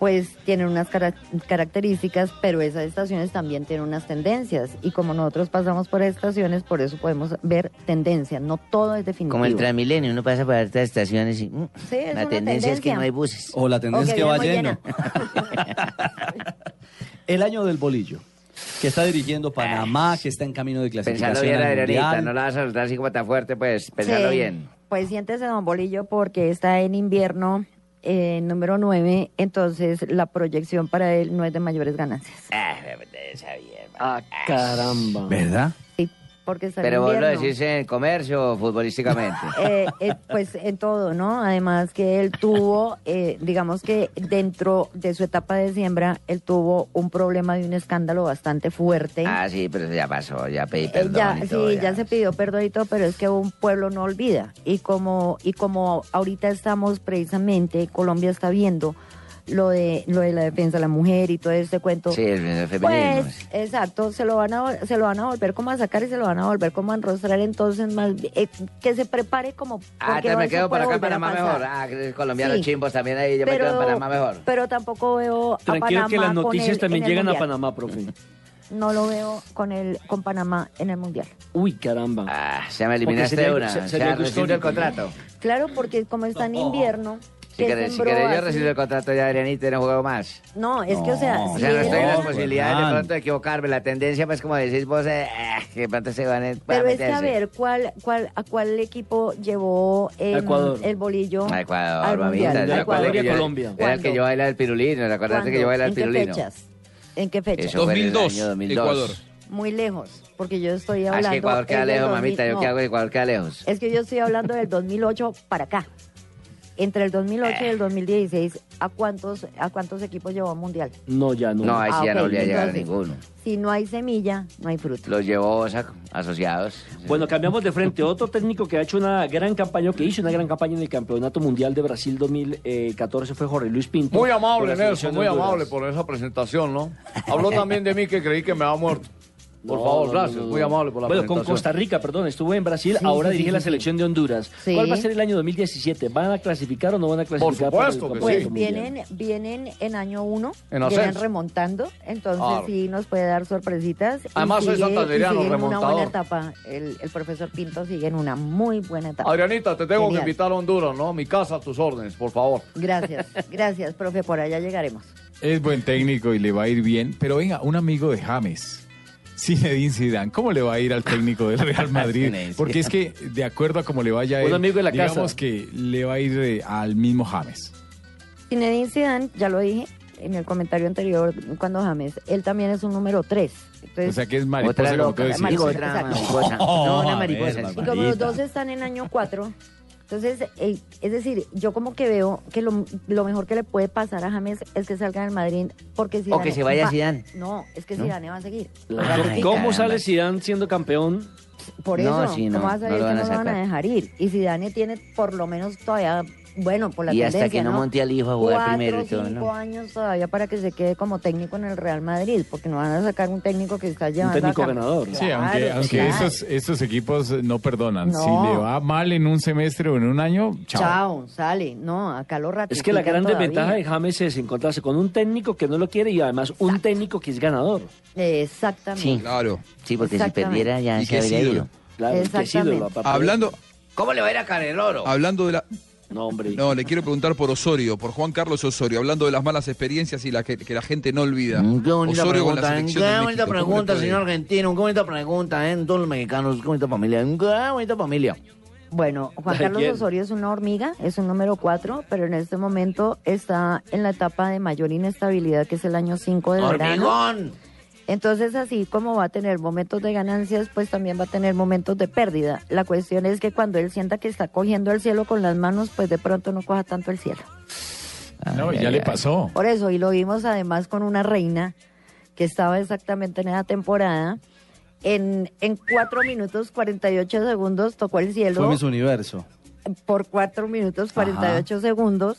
S9: pues tienen unas cara- características, pero esas estaciones también tienen unas tendencias. Y como nosotros pasamos por estaciones, por eso podemos ver tendencias. No todo es definitivo.
S8: Como el Transmilenio, uno pasa por estas estaciones y... mm,
S9: Sí, es
S8: la
S9: una
S8: tendencia, es que
S9: tendencia.
S8: no hay buses.
S3: O la tendencia
S9: Ok,
S3: que va
S9: viene muy
S3: lleno. El año del bolillo, que está dirigiendo Panamá, que está en camino de clasificación
S13: Pensando bien,
S3: al
S13: Adrianita,
S3: Mundial.
S13: no la vas a soltar así como tan fuerte, pues. Pensando
S9: Sí.
S13: bien.
S9: Pues siéntese, don Bolillo, porque está en invierno, eh, número 9, entonces la proyección para él no es de mayores ganancias.
S13: Ah, esa bien.
S4: Ah, caramba.
S3: ¿Verdad?
S9: Porque está
S13: Pero
S9: en
S13: vos lo
S9: invierno.
S13: decís en comercio o futbolísticamente.
S9: [LAUGHS] Eh, eh, pues en todo, ¿no? Además que él tuvo, eh, digamos que dentro de su etapa de siembra, él tuvo un problema de un escándalo bastante fuerte.
S13: ah, sí, pero eso ya pasó, ya pedí
S9: Eh,
S13: perdón.
S9: ya,
S13: y
S9: sí,
S13: todo, Ah,
S9: ya. se pidió perdón y todo, pero es que un pueblo no olvida. Y como, y como ahorita estamos precisamente, Colombia está viendo lo de, lo de la defensa de la mujer y todo este cuento.
S13: Sí, el feminismo.
S9: Pues, exacto, se lo van a vol- se lo van a volver como a sacar y se lo van a volver como a enrostrar, entonces más bi- eh, que se prepare como
S13: Ah,
S9: porque
S13: te me
S9: eso
S13: quedo por
S9: puede
S13: acá en
S9: volver a
S13: Panamá
S9: pasar.
S13: mejor. Ah, que colombianos
S9: Sí.
S13: chimbos también ahí, yo me quedo en Panamá mejor.
S9: Pero tampoco veo a
S4: Tranquilo
S9: Panamá
S4: que las
S9: con
S4: noticias
S9: el- en
S4: también
S9: el
S4: llegan a
S9: Mundial.
S4: Panamá, profe.
S9: No lo veo con el con Panamá en el mundial.
S4: Uy, caramba.
S13: Ah, se me eliminaste
S4: Porque sería-
S13: una.
S4: se-
S13: o
S4: sería
S13: sea,
S4: gusto
S13: rescindo el
S4: único.
S13: contrato.
S9: Claro, porque como está en invierno,
S13: Si
S9: que
S13: querés, si
S9: sembró
S13: querés, yo
S9: así-
S13: rescindo el contrato ya, Adrianita, y no juego más.
S9: No, es que o sea,
S13: O
S9: si
S13: sea, no
S9: él-
S13: estoy en las
S9: no, pues,
S13: posibilidades de
S9: Hernán.
S13: pronto de equivocarme. La tendencia, pues, como decís vos, eh, ah, que de pronto se van a van a
S9: pero es que a
S13: meterse.
S9: ver, ¿cuál, cuál, ¿a cuál equipo llevó em,
S13: Ecuador.
S9: el bolillo?
S13: A Ecuador,
S9: al
S13: mamita.
S9: Mundial.
S13: ¿te
S9: Ecuador.
S13: acuerdas que yo-
S4: Colombia.
S13: Era el que yo bailaba el pirulino, ¿te acordaste que yo bailaba el
S9: ¿En qué
S13: pirulino?
S9: fechas? ¿En qué fechas?
S13: Eso fue en el 2002, año 2002. Ecuador.
S9: Muy lejos, porque yo estoy
S13: Ah,
S9: hablando...
S13: es que Ecuador queda
S9: es del
S13: lejos,
S9: 2000,
S13: mamita. Yo
S9: no,
S13: qué hago, Ecuador queda lejos.
S9: Es que yo estoy hablando del 2008 para acá. Entre el 2008 y
S13: Eh.
S9: el 2016, ¿a cuántos, ¿a cuántos equipos llevó al Mundial?
S4: No, ya no.
S13: No, ahí sí
S9: Ah,
S13: ya no
S9: ok,
S13: volví a llegar a
S9: entonces.
S13: ninguno.
S9: Si no hay semilla, no hay fruto.
S13: Los llevó o sea, asociados.
S4: Bueno, cambiamos de frente. Otro técnico que ha hecho una gran campaña, o que hizo una gran campaña en el Campeonato Mundial de Brasil 2014 fue Jorge Luis Pinto.
S16: Muy
S4: con
S16: amable,
S4: la
S16: Nelson,
S4: selección
S16: muy
S4: de Honduras.
S16: amable por esa presentación, ¿no?
S4: [LAUGHS]
S16: Habló también de mí que creí que me había muerto. Por
S4: No,
S16: favor,
S4: no,
S16: gracias,
S4: no, no.
S16: muy amable por la
S4: Bueno, con
S16: presentación.
S4: Costa Rica, perdón, estuvo en Brasil,
S16: Sí,
S4: ahora
S16: sí,
S4: dirige
S16: sí,
S4: la
S16: sí,
S4: selección de Honduras.
S9: Sí.
S4: ¿Cuál va a ser el año 2017? ¿Van a clasificar o no van a clasificar? para el
S16: supuesto que
S9: Pues
S4: Campeonato Mundial?
S9: vienen, vienen en año uno,
S4: En
S9: vienen
S4: ascenso.
S9: remontando, entonces
S4: Claro.
S9: sí nos puede dar sorpresitas. y
S16: Ah. Además, soy
S9: sigue- y
S16: santanderiano,
S9: sigue en una buena
S16: remontador.
S9: etapa. El, el profesor Pinto sigue en una muy buena etapa.
S16: Adrianita, te tengo
S9: Genial.
S16: que invitar a Honduras, ¿no? Mi casa, a tus órdenes, por favor. [LAUGHS]
S9: Gracias, gracias, profe, por allá llegaremos.
S12: Es buen técnico y le va a ir bien, pero venga, un amigo de James. Zinedine Zidane, ¿cómo le va a ir al técnico del Real Madrid?
S4: [LAUGHS] Zinedine
S12: Porque es que, de acuerdo a cómo le vaya a
S4: Un
S12: él,
S4: amigo de la casa.
S12: digamos que le va a ir eh, al mismo James.
S9: Zinedine Zidane, ya lo dije en el comentario anterior cuando James, él también es un número 3.
S12: O sea que es mariposa,
S13: Otra
S12: como
S13: loca,
S12: tú decías.
S13: mariposa, Otra exacto.
S12: [LAUGHS]
S13: mariposa. No, una
S12: a ver,
S13: mariposa, sí.
S9: Y como los dos están en año 4, entonces, eh, es decir, yo como que veo que lo, lo mejor que le puede pasar a James es que salga del Madrid, porque si
S13: O que se vaya Zidane.
S9: No, es que
S13: ¿No?
S9: Zidane va a seguir.
S4: Claro. ¿Cómo sale Zidane siendo campeón?
S9: Por
S4: No,
S9: eso,
S4: sí, no,
S9: ¿cómo va a
S4: no
S9: salir que
S4: lo van
S9: no
S4: a
S9: lo van a
S4: sacar.
S9: dejar ir? Y Zidane tiene por lo menos todavía Bueno, por la
S8: Y
S9: tendencia,
S8: hasta que no monte al hijo a jugar
S9: Cuatro,
S8: primero y todo, ¿no?
S9: cinco años todavía para que se quede como técnico en el Real Madrid, porque no van a sacar un técnico que está llevando
S12: técnico
S9: a cabo-
S12: ganador. Sí,
S9: Claro,
S12: aunque, aunque
S9: claro.
S12: Estos, estos equipos no perdonan.
S9: No.
S12: Si le va mal en un semestre o en un año,
S9: Chao.
S12: chao.
S9: sale. No, acá lo ratifican
S4: Es que la gran
S9: todavía.
S4: desventaja de James es encontrarse con un técnico que no lo quiere y además un técnico que es ganador.
S9: Exactamente.
S6: claro.
S8: Sí, porque si
S9: Exactamente.
S8: perdiera ya
S6: Y
S8: se
S6: que es
S8: habría
S6: ídolo.
S8: ido.
S4: Claro,
S9: que es ídolo, Exactamente.
S4: aparte de-
S6: Hablando,
S13: ¿Cómo le va a ir a Caneloro?
S6: Hablando de la.
S4: No, hombre.
S6: No, le quiero preguntar por Osorio, por Juan Carlos Osorio, hablando de las malas experiencias y la que, que la gente no olvida.
S15: Mm, Qué bonita
S6: Osorio con la
S15: pregunta, ¿eh?
S6: selección de
S15: Qué
S6: México,
S15: bonita
S6: ¿cómo le
S15: pregunta,
S6: fue?
S15: señor argentino. Qué bonita pregunta, ¿eh? Todos los mexicanos, qué bonita familia. Qué bonita familia.
S9: Bueno, Juan
S15: ¿De
S9: Carlos
S15: quién?
S9: Osorio es una hormiga, es un número cuatro, pero en este momento está en la etapa de mayor inestabilidad, que es el año 5 [LAUGHS] del verano.
S15: ¡Hormigón!
S9: Entonces, así como va a tener momentos de ganancias, pues también va a tener momentos de pérdida. La cuestión es que cuando él sienta que está cogiendo el cielo con las manos, pues de pronto no coja tanto el cielo.
S12: No, ya le pasó.
S9: Por eso, y lo vimos además con una reina que estaba exactamente en esa temporada. En, en 4 minutos 48 segundos tocó el cielo
S3: Fue mis universo.
S9: por 4 minutos 48 segundos,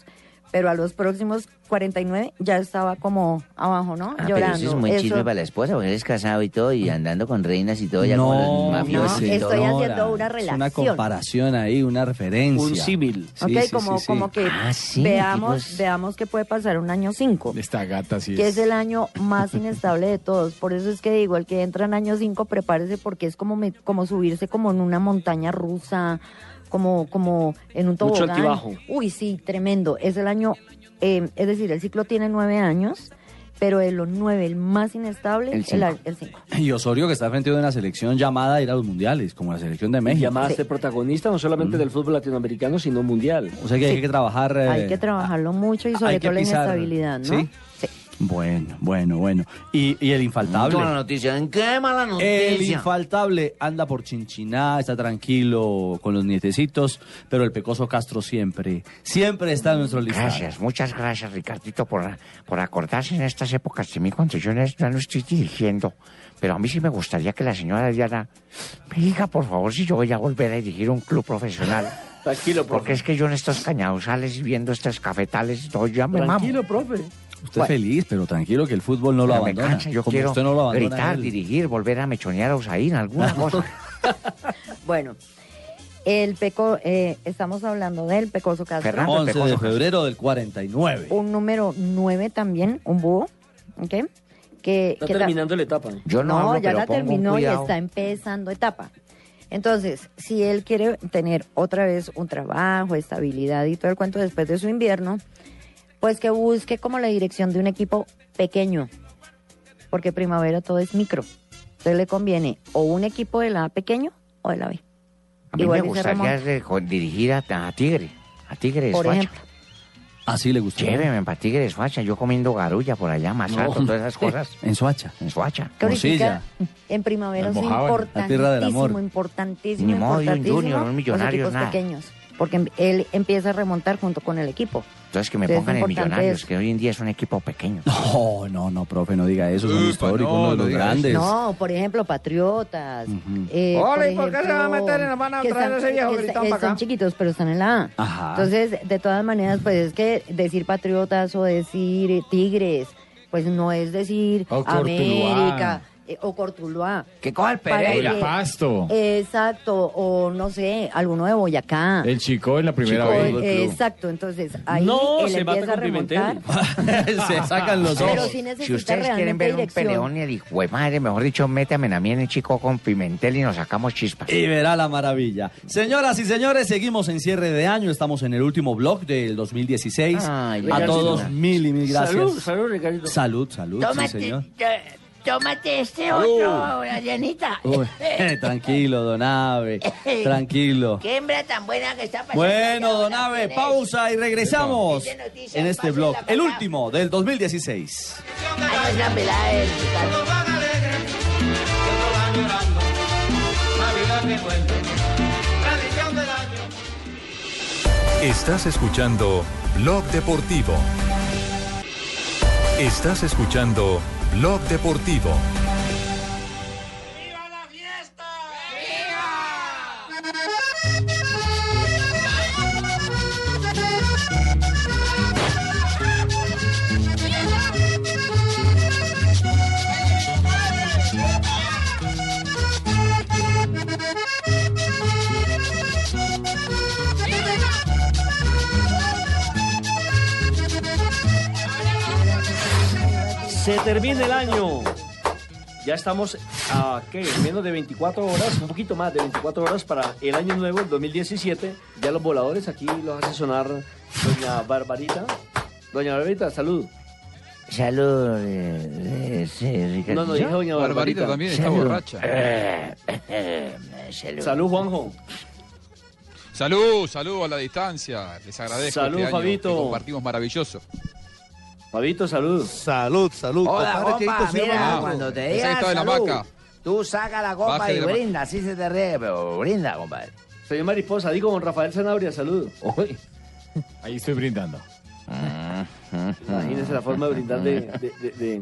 S9: pero a los próximos 49 ya estaba como abajo, ¿no?
S8: Ah, pero
S9: Llorando.
S8: eso es muy
S9: Eso-
S8: chisme para la esposa, porque eres casado y todo, y andando con reinas y todo, ya
S3: No,
S8: como los
S3: no,
S8: mafiosos y todo.
S9: estoy haciendo
S3: Ahora,
S9: una
S3: Es una
S9: relación.
S3: comparación ahí, una referencia.
S4: Un símil.
S3: Sí,
S9: ok,
S3: sí, sí,
S9: como,
S3: sí.
S9: como que veamos, veamos qué puede pasar un año 5.
S12: Esta gata sí
S9: que
S12: es.
S9: es el año más inestable de todos. Por eso es que digo, el que entra en año 5, prepárese porque es como, me- como subirse como en una montaña rusa, como, como en un
S4: Mucho
S9: tobogán.
S4: altibajo.
S9: Uy, sí, tremendo. Es el año, eh, es decir, el ciclo tiene nueve años, pero de los nueve, el más inestable,
S3: El
S9: el
S3: cinco.
S9: a- el 5.
S3: Y Osorio que está frente a una selección llamada a ir a los mundiales, como la selección de México.
S4: Llamada a ser protagonista no solamente del fútbol latinoamericano, sino mundial.
S3: O sea que hay que trabajar. eh,
S9: Hay que trabajarlo mucho y sobre
S3: hay que
S9: todo la
S3: pisar,
S9: inestabilidad, ¿no?
S3: ¿sí? Bueno, bueno, bueno. Y, y el infaltable.
S15: Qué mala noticia. ¿En qué mala
S3: El
S15: noticia?
S3: infaltable anda por Chinchiná, está tranquilo con los nietecitos, pero el pecoso Castro siempre, siempre está en nuestro listado.
S17: Gracias, muchas gracias, Ricardito, por, por acordarse en estas épocas de mí cuando yo no no lo estoy dirigiendo. Pero a mí sí me gustaría que la señora Diana me diga, por favor, si yo voy a volver a dirigir un club
S3: [LAUGHS]
S17: profesional.
S4: Tranquilo, profe.
S17: Porque es que yo en estos cañauzales y viendo estos cafetales, no, ya me mamo.
S4: Tranquilo, profe.
S3: Usted es feliz, pero tranquilo que el fútbol no lo
S17: Pero me
S3: abandona.
S17: cansa, yo
S3: como
S17: quiero
S3: usted no lo abandona
S17: gritar,
S3: él.
S17: dirigir, volver a mechonear a Usain,
S3: [LAUGHS]
S17: alguna cosa.
S9: Bueno, el peco, eh, estamos hablando del pecoso Castro.
S3: 11 de febrero del 49.
S9: un número 9 también, un búho, ¿ok? Que,
S4: Está
S9: que ta-
S4: terminando la etapa.
S17: Yo
S9: no, ya la terminó y está empezando etapa. Entonces, si él quiere tener otra vez un trabajo, estabilidad y todo el cuento después de su invierno, pues que busque como la dirección de un equipo pequeño, porque primavera todo es micro. Entonces le conviene o un equipo de la A pequeño o de la B.
S17: A mí
S9: Igual
S17: me
S9: dice
S17: gustaría
S9: Ramón.
S17: de- con- dirigir a, a Tigre, a Tigre de
S9: Por
S17: Soacha.
S9: ejemplo.
S3: Así Ah, le gusta.
S17: Lléveme para Tigre de Soacha, yo comiendo garulla por allá, masato, todas
S3: [LAUGHS]
S17: esas cosas.
S3: En Soacha.
S17: En Soacha.
S9: Que ahorita en primavera es
S17: Almojábal, la tierra del
S9: importantísimo,
S17: amor.
S9: importantísimo,
S17: Ni modo, y un
S9: importantísimo
S17: junior, un
S9: los
S17: millonario,
S9: equipos
S17: nada.
S9: pequeños, porque él empieza a remontar junto con el equipo.
S17: Entonces que me
S9: Sí, es
S17: pongan en
S9: importante
S17: Millonarios,
S9: eso.
S17: que hoy en día es un equipo pequeño.
S3: [LAUGHS] No, no, no, profe, no diga eso, son históricos,
S17: pues no,
S3: uno
S17: no
S3: de los
S17: diga eso.
S3: grandes.
S9: No, por ejemplo, Patriotas. eh,
S13: Hola, ¿y por qué se va a
S9: ejemplo,
S13: meter en la mano a
S9: que
S13: traer a ese viejo
S9: que
S13: gritón
S9: que
S13: pa' acá?
S9: Son chiquitos, pero están en la A.
S3: Ajá.
S9: Entonces, de todas maneras, pues es que decir Patriotas o decir eh, Tigres, pues no es decir
S12: O Cortuluá.
S9: América eh, o Cortuluá.
S13: Que coja el
S9: Para
S12: Pereira.
S9: que- eh,
S12: Pasto.
S9: Exacto, o no sé, alguno de Boyacá.
S12: El chico en la primera
S9: Chico,
S12: vez.
S9: eh, exacto, entonces ahí
S12: No,
S9: él
S12: se mata
S9: empieza a
S12: con
S9: remontar.
S3: [LAUGHS] Se sacan los
S9: Pero
S3: ojos.
S9: sí necesita
S17: Si ustedes quieren
S9: realmente
S17: ver un
S9: dirección.
S17: peleón y el hijo de madre, mejor dicho, métame a mí en el chico con Pimentel y nos sacamos chispas.
S3: Y verá la maravilla. Señoras y señores, seguimos en cierre de año. Estamos en el último blog del 2016. a
S4: Ricardito.
S3: todos, mil y mil gracias.
S4: Salud, salud, Ricardito.
S3: Salud, salud, sí,
S7: Tómate, [LAUGHS]
S3: señor.
S7: eh, tómate este
S3: Salud.
S7: otro, Dianita.
S3: Uy, [LAUGHS] tranquilo, don Ave. Tranquilo.
S7: [LAUGHS] Qué hembra tan buena que está pasando.
S3: Bueno, don Ave, pausa y regresamos
S7: Dice noticias,
S3: en este
S7: pásenla
S3: blog,
S7: para
S3: el
S7: acá.
S3: último del 2016.
S7: Ay, es la pelada del Ricardo.
S18: Estás escuchando Blog Deportivo. Estás escuchando Blog Deportivo.
S4: Se termina el año. Ya estamos a ¿qué? menos de 24 horas, un poquito más de 24 horas para el año nuevo, el 2017. Ya los voladores aquí los hace sonar doña Barbarita. Doña Barbarita, salud.
S19: Salud, eh, eh, sí, Ricardo.
S4: No, no, dije doña Barbarita.
S6: Barbarita también está
S4: Salud.
S6: borracha.
S19: Eh, salud.
S4: Salud, Juanjo.
S6: Salud, salud a la distancia. Les agradezco.
S4: Salud,
S6: este año
S4: Fabito.
S6: que compartimos maravilloso.
S4: Fabito, salud.
S20: Salud, salud.
S8: Hola,
S20: Compadre,
S8: copa,
S20: Cheito, sírvame
S8: mira,
S20: algo.
S8: cuando te
S20: Ese
S8: diga
S20: está de la
S8: salud,
S20: vaca.
S8: tú saca la copa
S4: Baje
S8: y
S4: de la vaca.
S8: brinda, así se te ríe, pero brinda, compadre.
S4: Señor Mariposa, digo con Rafael Sanabria, salud.
S12: Ahí estoy brindando.
S4: Imagínense la forma de brindar de, de- de- de-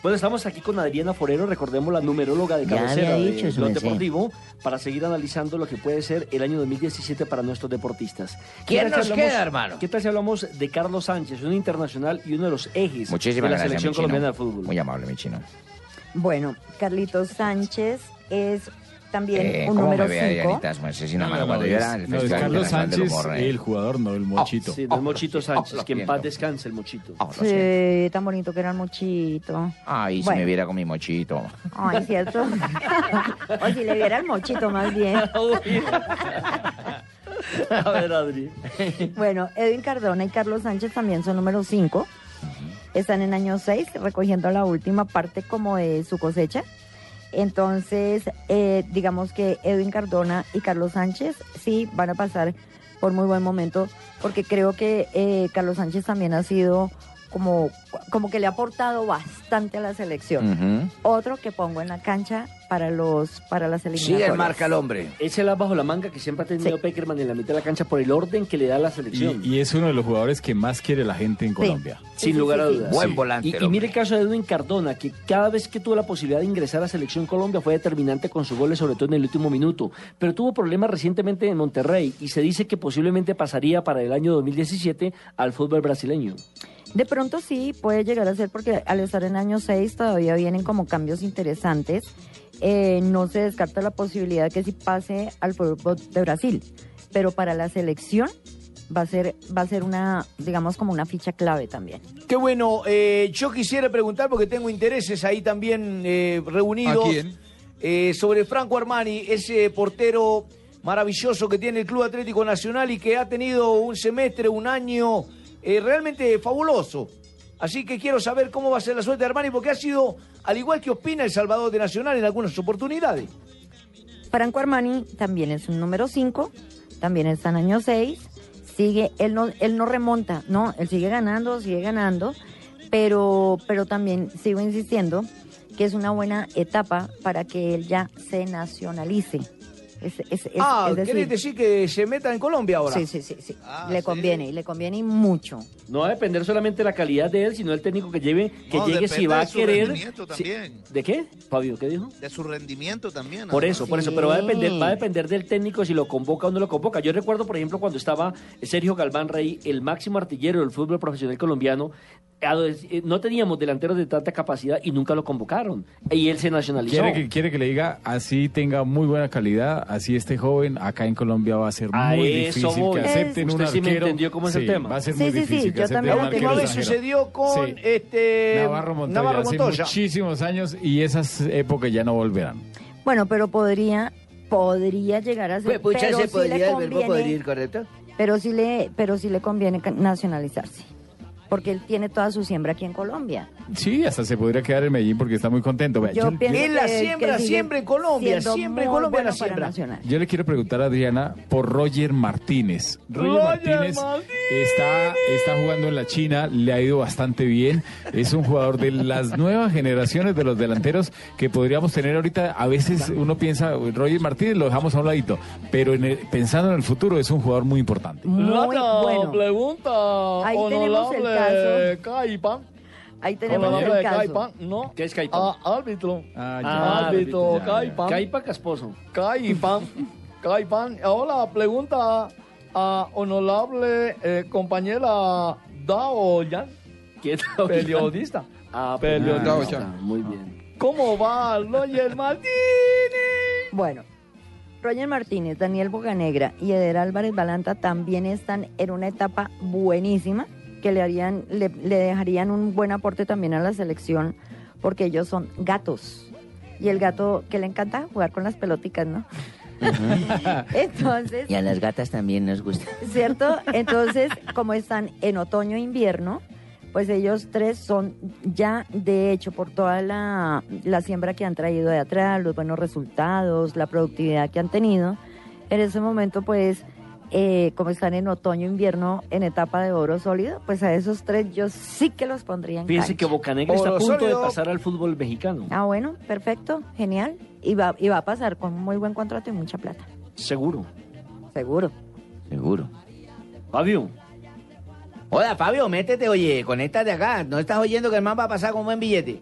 S4: Bueno, estamos aquí con Adriana Forero, recordemos la numeróloga de
S19: Ya había
S4: cabecera
S19: dicho
S4: de
S19: su
S4: Blog
S19: merced.
S4: Deportivo, para seguir analizando lo que puede ser el año 2017 para nuestros deportistas. ¿Qué
S8: ¿Quién
S4: tal si
S8: nos queda, hermano?
S4: ¿Qué tal si hablamos de Carlos Sánchez, un internacional y uno de los ejes
S21: Muchísimas
S4: de la
S21: gracias,
S4: selección
S21: mi chino.
S4: colombiana de fútbol?
S21: Muy amable, mi chino.
S9: Bueno, Carlitos Sánchez es también
S21: Eh,
S9: un
S21: ¿Cómo
S9: número
S21: me ve
S9: 5.
S21: Adrianita? Es asesina
S12: No,
S21: mala
S12: no,
S21: cuando
S12: no,
S21: yo
S12: es-
S21: era en el
S12: no, es
S21: Festival
S12: Carlos
S21: Internacional del
S12: Sánchez,
S21: Humor, eh. Ah,
S12: el jugador, no el mochito.
S4: Sí, del Mochito Sánchez, que en paz descanse el Mochito.
S9: Sí, eh, tan bonito que era el mochito.
S21: Ay, si
S9: Bueno.
S21: me viera con mi mochito.
S9: [LAUGHS] Ay,
S12: [LAUGHS]
S9: ¿cierto? o si le viera el mochito más bien.
S4: A ver, Adri.
S9: Bueno, Edwin Cardona y Carlos Sánchez también son número 5. Están en año 6, recogiendo la última parte como de su cosecha. Entonces, eh, digamos que Edwin Cardona y Carlos Sánchez sí van a pasar por muy buen momento, porque creo que eh, Carlos Sánchez también ha sido como, como que le ha aportado bastante a la selección. Otro que pongo en la cancha para los para las eliminatorias.
S4: hombre. Es el as bajo la manga que siempre ha tenido Peckerman en la mitad de la cancha por el orden que le da la
S5: Mm,
S4: selección.
S12: Y, y es uno de los jugadores que más quiere la gente en Colombia.
S4: Sin lugar a dudas.
S12: Buen
S4: Sí.
S12: volante,
S4: Y,
S12: el
S4: y mire el caso de Edwin Cardona, que cada vez que tuvo la posibilidad de ingresar a Selección Colombia fue determinante con sus goles, sobre todo en el último minuto. Pero tuvo problemas recientemente en Monterrey y se dice que posiblemente pasaría para el año 2017 al fútbol brasileño.
S9: De pronto sí puede llegar a ser porque al estar en año 6 todavía vienen como cambios interesantes. Eh, no se descarta la posibilidad que sí pase al fútbol de Brasil, pero para la selección va a ser va a ser una digamos como una ficha clave también.
S5: Qué bueno, eh, yo quisiera preguntar, porque tengo intereses ahí también eh, reunidos,
S6: ¿A quién?
S5: eh, sobre Franco Armani, ese portero maravilloso que tiene el Club Atlético Nacional y que ha tenido un semestre, un año eh, realmente fabuloso. Así que quiero saber cómo va a ser la suerte de Armani, porque ha sido, al igual que opina el Salvador de Nacional en algunas oportunidades.
S9: Franco Armani también es un número 5, también está en año 6, sigue, él no, él no remonta, no, él sigue ganando, sigue ganando, pero, pero también sigo insistiendo que es una buena etapa para que él ya se nacionalice. Es, es- es-
S5: ah,
S9: es decir,
S5: ¿querés decir que se meta en Colombia ahora?
S9: Sí, sí, sí, sí.
S8: Ah,
S9: le conviene, y le conviene y mucho.
S4: No va a depender solamente de la calidad de él, sino del técnico que lleve, que
S5: No,
S4: llegue si
S5: depende
S4: va
S5: de
S4: a
S5: su
S4: querer.
S5: rendimiento
S4: si-
S5: también.
S4: ¿De qué? Fabio, ¿qué dijo?
S5: De su rendimiento también.
S4: Por eso, por eso, pero va a depender, va a depender del técnico si lo convoca o no lo convoca. Yo recuerdo, por ejemplo, cuando estaba Sergio Galván Rey, el máximo artillero del fútbol profesional colombiano, a do- eh, no teníamos delanteros de tanta capacidad y nunca lo convocaron. Y él se nacionalizó.
S12: Quiere que, quiere que le diga, así tenga muy buena calidad, así este joven, acá en Colombia va a ser
S4: A
S12: muy
S4: eso
S12: difícil
S4: voy.
S12: que acepten
S4: Usted
S12: un
S4: sí me
S12: arquero.
S4: entendió cómo es el
S12: Sí,
S4: tema.
S12: Va a ser
S4: Sí,
S12: muy
S4: sí, sí,
S12: difícil que
S4: yo
S12: acepten
S4: también
S12: un
S5: La última
S12: arquero
S5: vez
S12: extranjero.
S5: sucedió con
S12: Sí.
S5: este
S12: Navarro Montoya,
S5: Navarro Montoya.
S12: hace muchísimos años y esas épocas ya no volverán.
S9: Bueno, pero podría, podría llegar a ser,
S8: Pucha,
S9: pero
S8: Pues, se
S9: sí le
S8: podría el verbo
S9: conviene-
S8: podrir, ¿correcto?
S9: Pero sí le, pero sí le conviene ca- nacionalizarse, porque él tiene toda su siembra aquí en Colombia.
S12: Sí, hasta se podría quedar en Medellín porque está muy contento. Vea,
S9: Yo
S12: yo-
S9: pienso
S5: Él la
S9: que-
S5: siembra
S9: que sigue
S5: siempre en Colombia,
S9: siendo
S5: siempre en
S9: muy
S5: Colombia la
S9: bueno para
S5: siembra.
S9: Nacional.
S12: Yo le quiero preguntar a Adriana por Roger Martínez. Roger,
S5: Roger
S12: Martínez, Está, está jugando en la China, le ha ido bastante bien. Es un jugador de las nuevas generaciones de los delanteros que podríamos tener ahorita. A veces uno piensa, Roger Martínez lo dejamos a un ladito, pero en el- pensando en el futuro es un jugador muy importante.
S9: Muy
S16: Plata,
S9: bueno.
S16: pregunta
S9: Ahí tenemos el
S16: honorable Caipa.
S9: Ahí tenemos
S16: Honorable
S9: el caso.
S16: Caipa, ¿no?
S4: ¿Qué es Caipa?
S16: Ah, árbitro.
S4: ya.
S16: árbitro,
S4: Ah, Ya, ya.
S16: Caipa.
S4: Caipa Casposo.
S16: Caipa. Caipa. Ahora pregunta a honorable eh, compañera Dao Yan,
S4: ¿Qué tal?
S16: periodista.
S4: Ah,
S16: Periodista.
S4: periodista. Muy bien.
S16: ¿Cómo va Roger Martínez?
S9: Bueno, Roger Martínez, Daniel Boganegra y Eder Álvarez Balanta también están en una etapa buenísima que le, harían, le, le dejarían un buen aporte también a la selección, porque ellos son gatos. Y el gato que le encanta jugar con las peloticas, ¿no? [LAUGHS] Entonces,
S8: Y a las gatas también nos gusta.
S9: ¿cierto? Entonces, como están en otoño e invierno, pues ellos tres son ya, de hecho, por toda la, la siembra que han traído de atrás, los buenos resultados, la productividad que han tenido, en ese momento, pues, eh, como están en otoño e invierno en etapa de oro sólido, pues a esos tres yo sí que los pondría en
S4: Fíjense
S9: cancha.
S4: que Bocanegra está a
S9: Oro
S4: punto
S9: sólido.
S4: de pasar al fútbol mexicano.
S9: Ah, bueno, perfecto, genial. Y va, y va a pasar con muy buen contrato y mucha plata.
S4: Seguro.
S9: Seguro.
S8: Seguro.
S4: Fabio.
S15: Hola, Fabio, métete, oye, conéctate acá. ¿No estás oyendo que el man va a pasar con buen billete?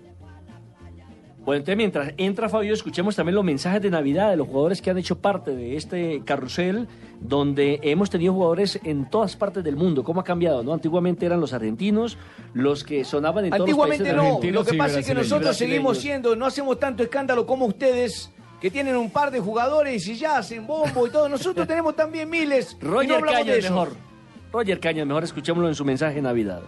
S4: Bueno, entonces mientras entra Fabio, escuchemos también los mensajes de Navidad de los jugadores que han hecho parte de este carrusel, donde hemos tenido jugadores en todas partes del mundo. ¿Cómo ha cambiado? ¿no? Antiguamente eran los argentinos los que sonaban en todos los países
S5: Antiguamente
S4: del
S5: no.
S4: mundo.
S5: Lo que pasa es que nosotros seguimos siendo, no hacemos tanto escándalo como ustedes, que tienen un par de jugadores y ya hacen bombo y
S4: [LAUGHS]
S5: todo. Nosotros tenemos también miles. y no
S4: Roger
S5: hablamos
S4: Caña
S5: de
S4: es
S5: eso.
S4: mejor. Roger Caña es mejor, escuchémoslo en su mensaje de Navidad.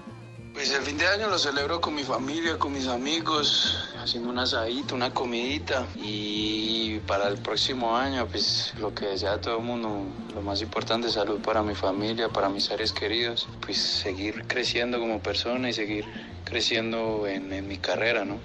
S22: Pues el fin de año lo celebro con mi familia, con mis amigos, haciendo un asadito, una comidita. Y para el próximo año, pues lo que desea todo el mundo, lo más importante, salud para mi familia, para mis seres queridos. Pues seguir creciendo como persona y seguir creciendo en, en mi carrera, ¿no?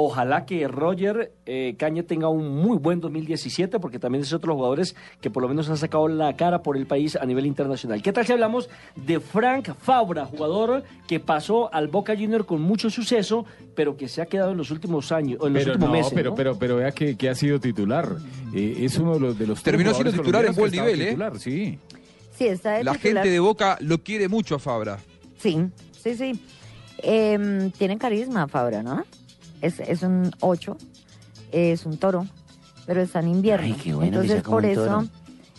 S4: Ojalá que Roger eh, Caña tenga un muy buen 2017, porque también es otro de los jugadores que por lo menos han sacado la cara por el país a nivel internacional. ¿Qué tal si hablamos de Frank Fabra, jugador que pasó al Boca Junior con mucho suceso, pero que se ha quedado en los últimos años, o en los
S12: Pero
S4: últimos
S12: no,
S4: meses?
S12: pero,
S4: ¿no?
S12: pero, pero vea que, que ha sido titular. Eh, es uno de los, de los tres
S6: Terminó siendo titular
S12: jugadores
S6: en
S12: colombianos
S6: buen
S12: que ha estado
S6: nivel, ¿eh?
S12: titular, sí.
S9: Sí, está de
S6: La
S9: titular.
S6: gente de Boca lo quiere mucho a Fabra.
S9: Sí, sí, sí. Em, tienen carisma, Fabra, ¿no? Es, es un 8, es un toro, pero está en invierno.
S8: bueno que
S9: entonces,
S8: sea como
S9: por
S8: un
S9: eso,
S8: toro.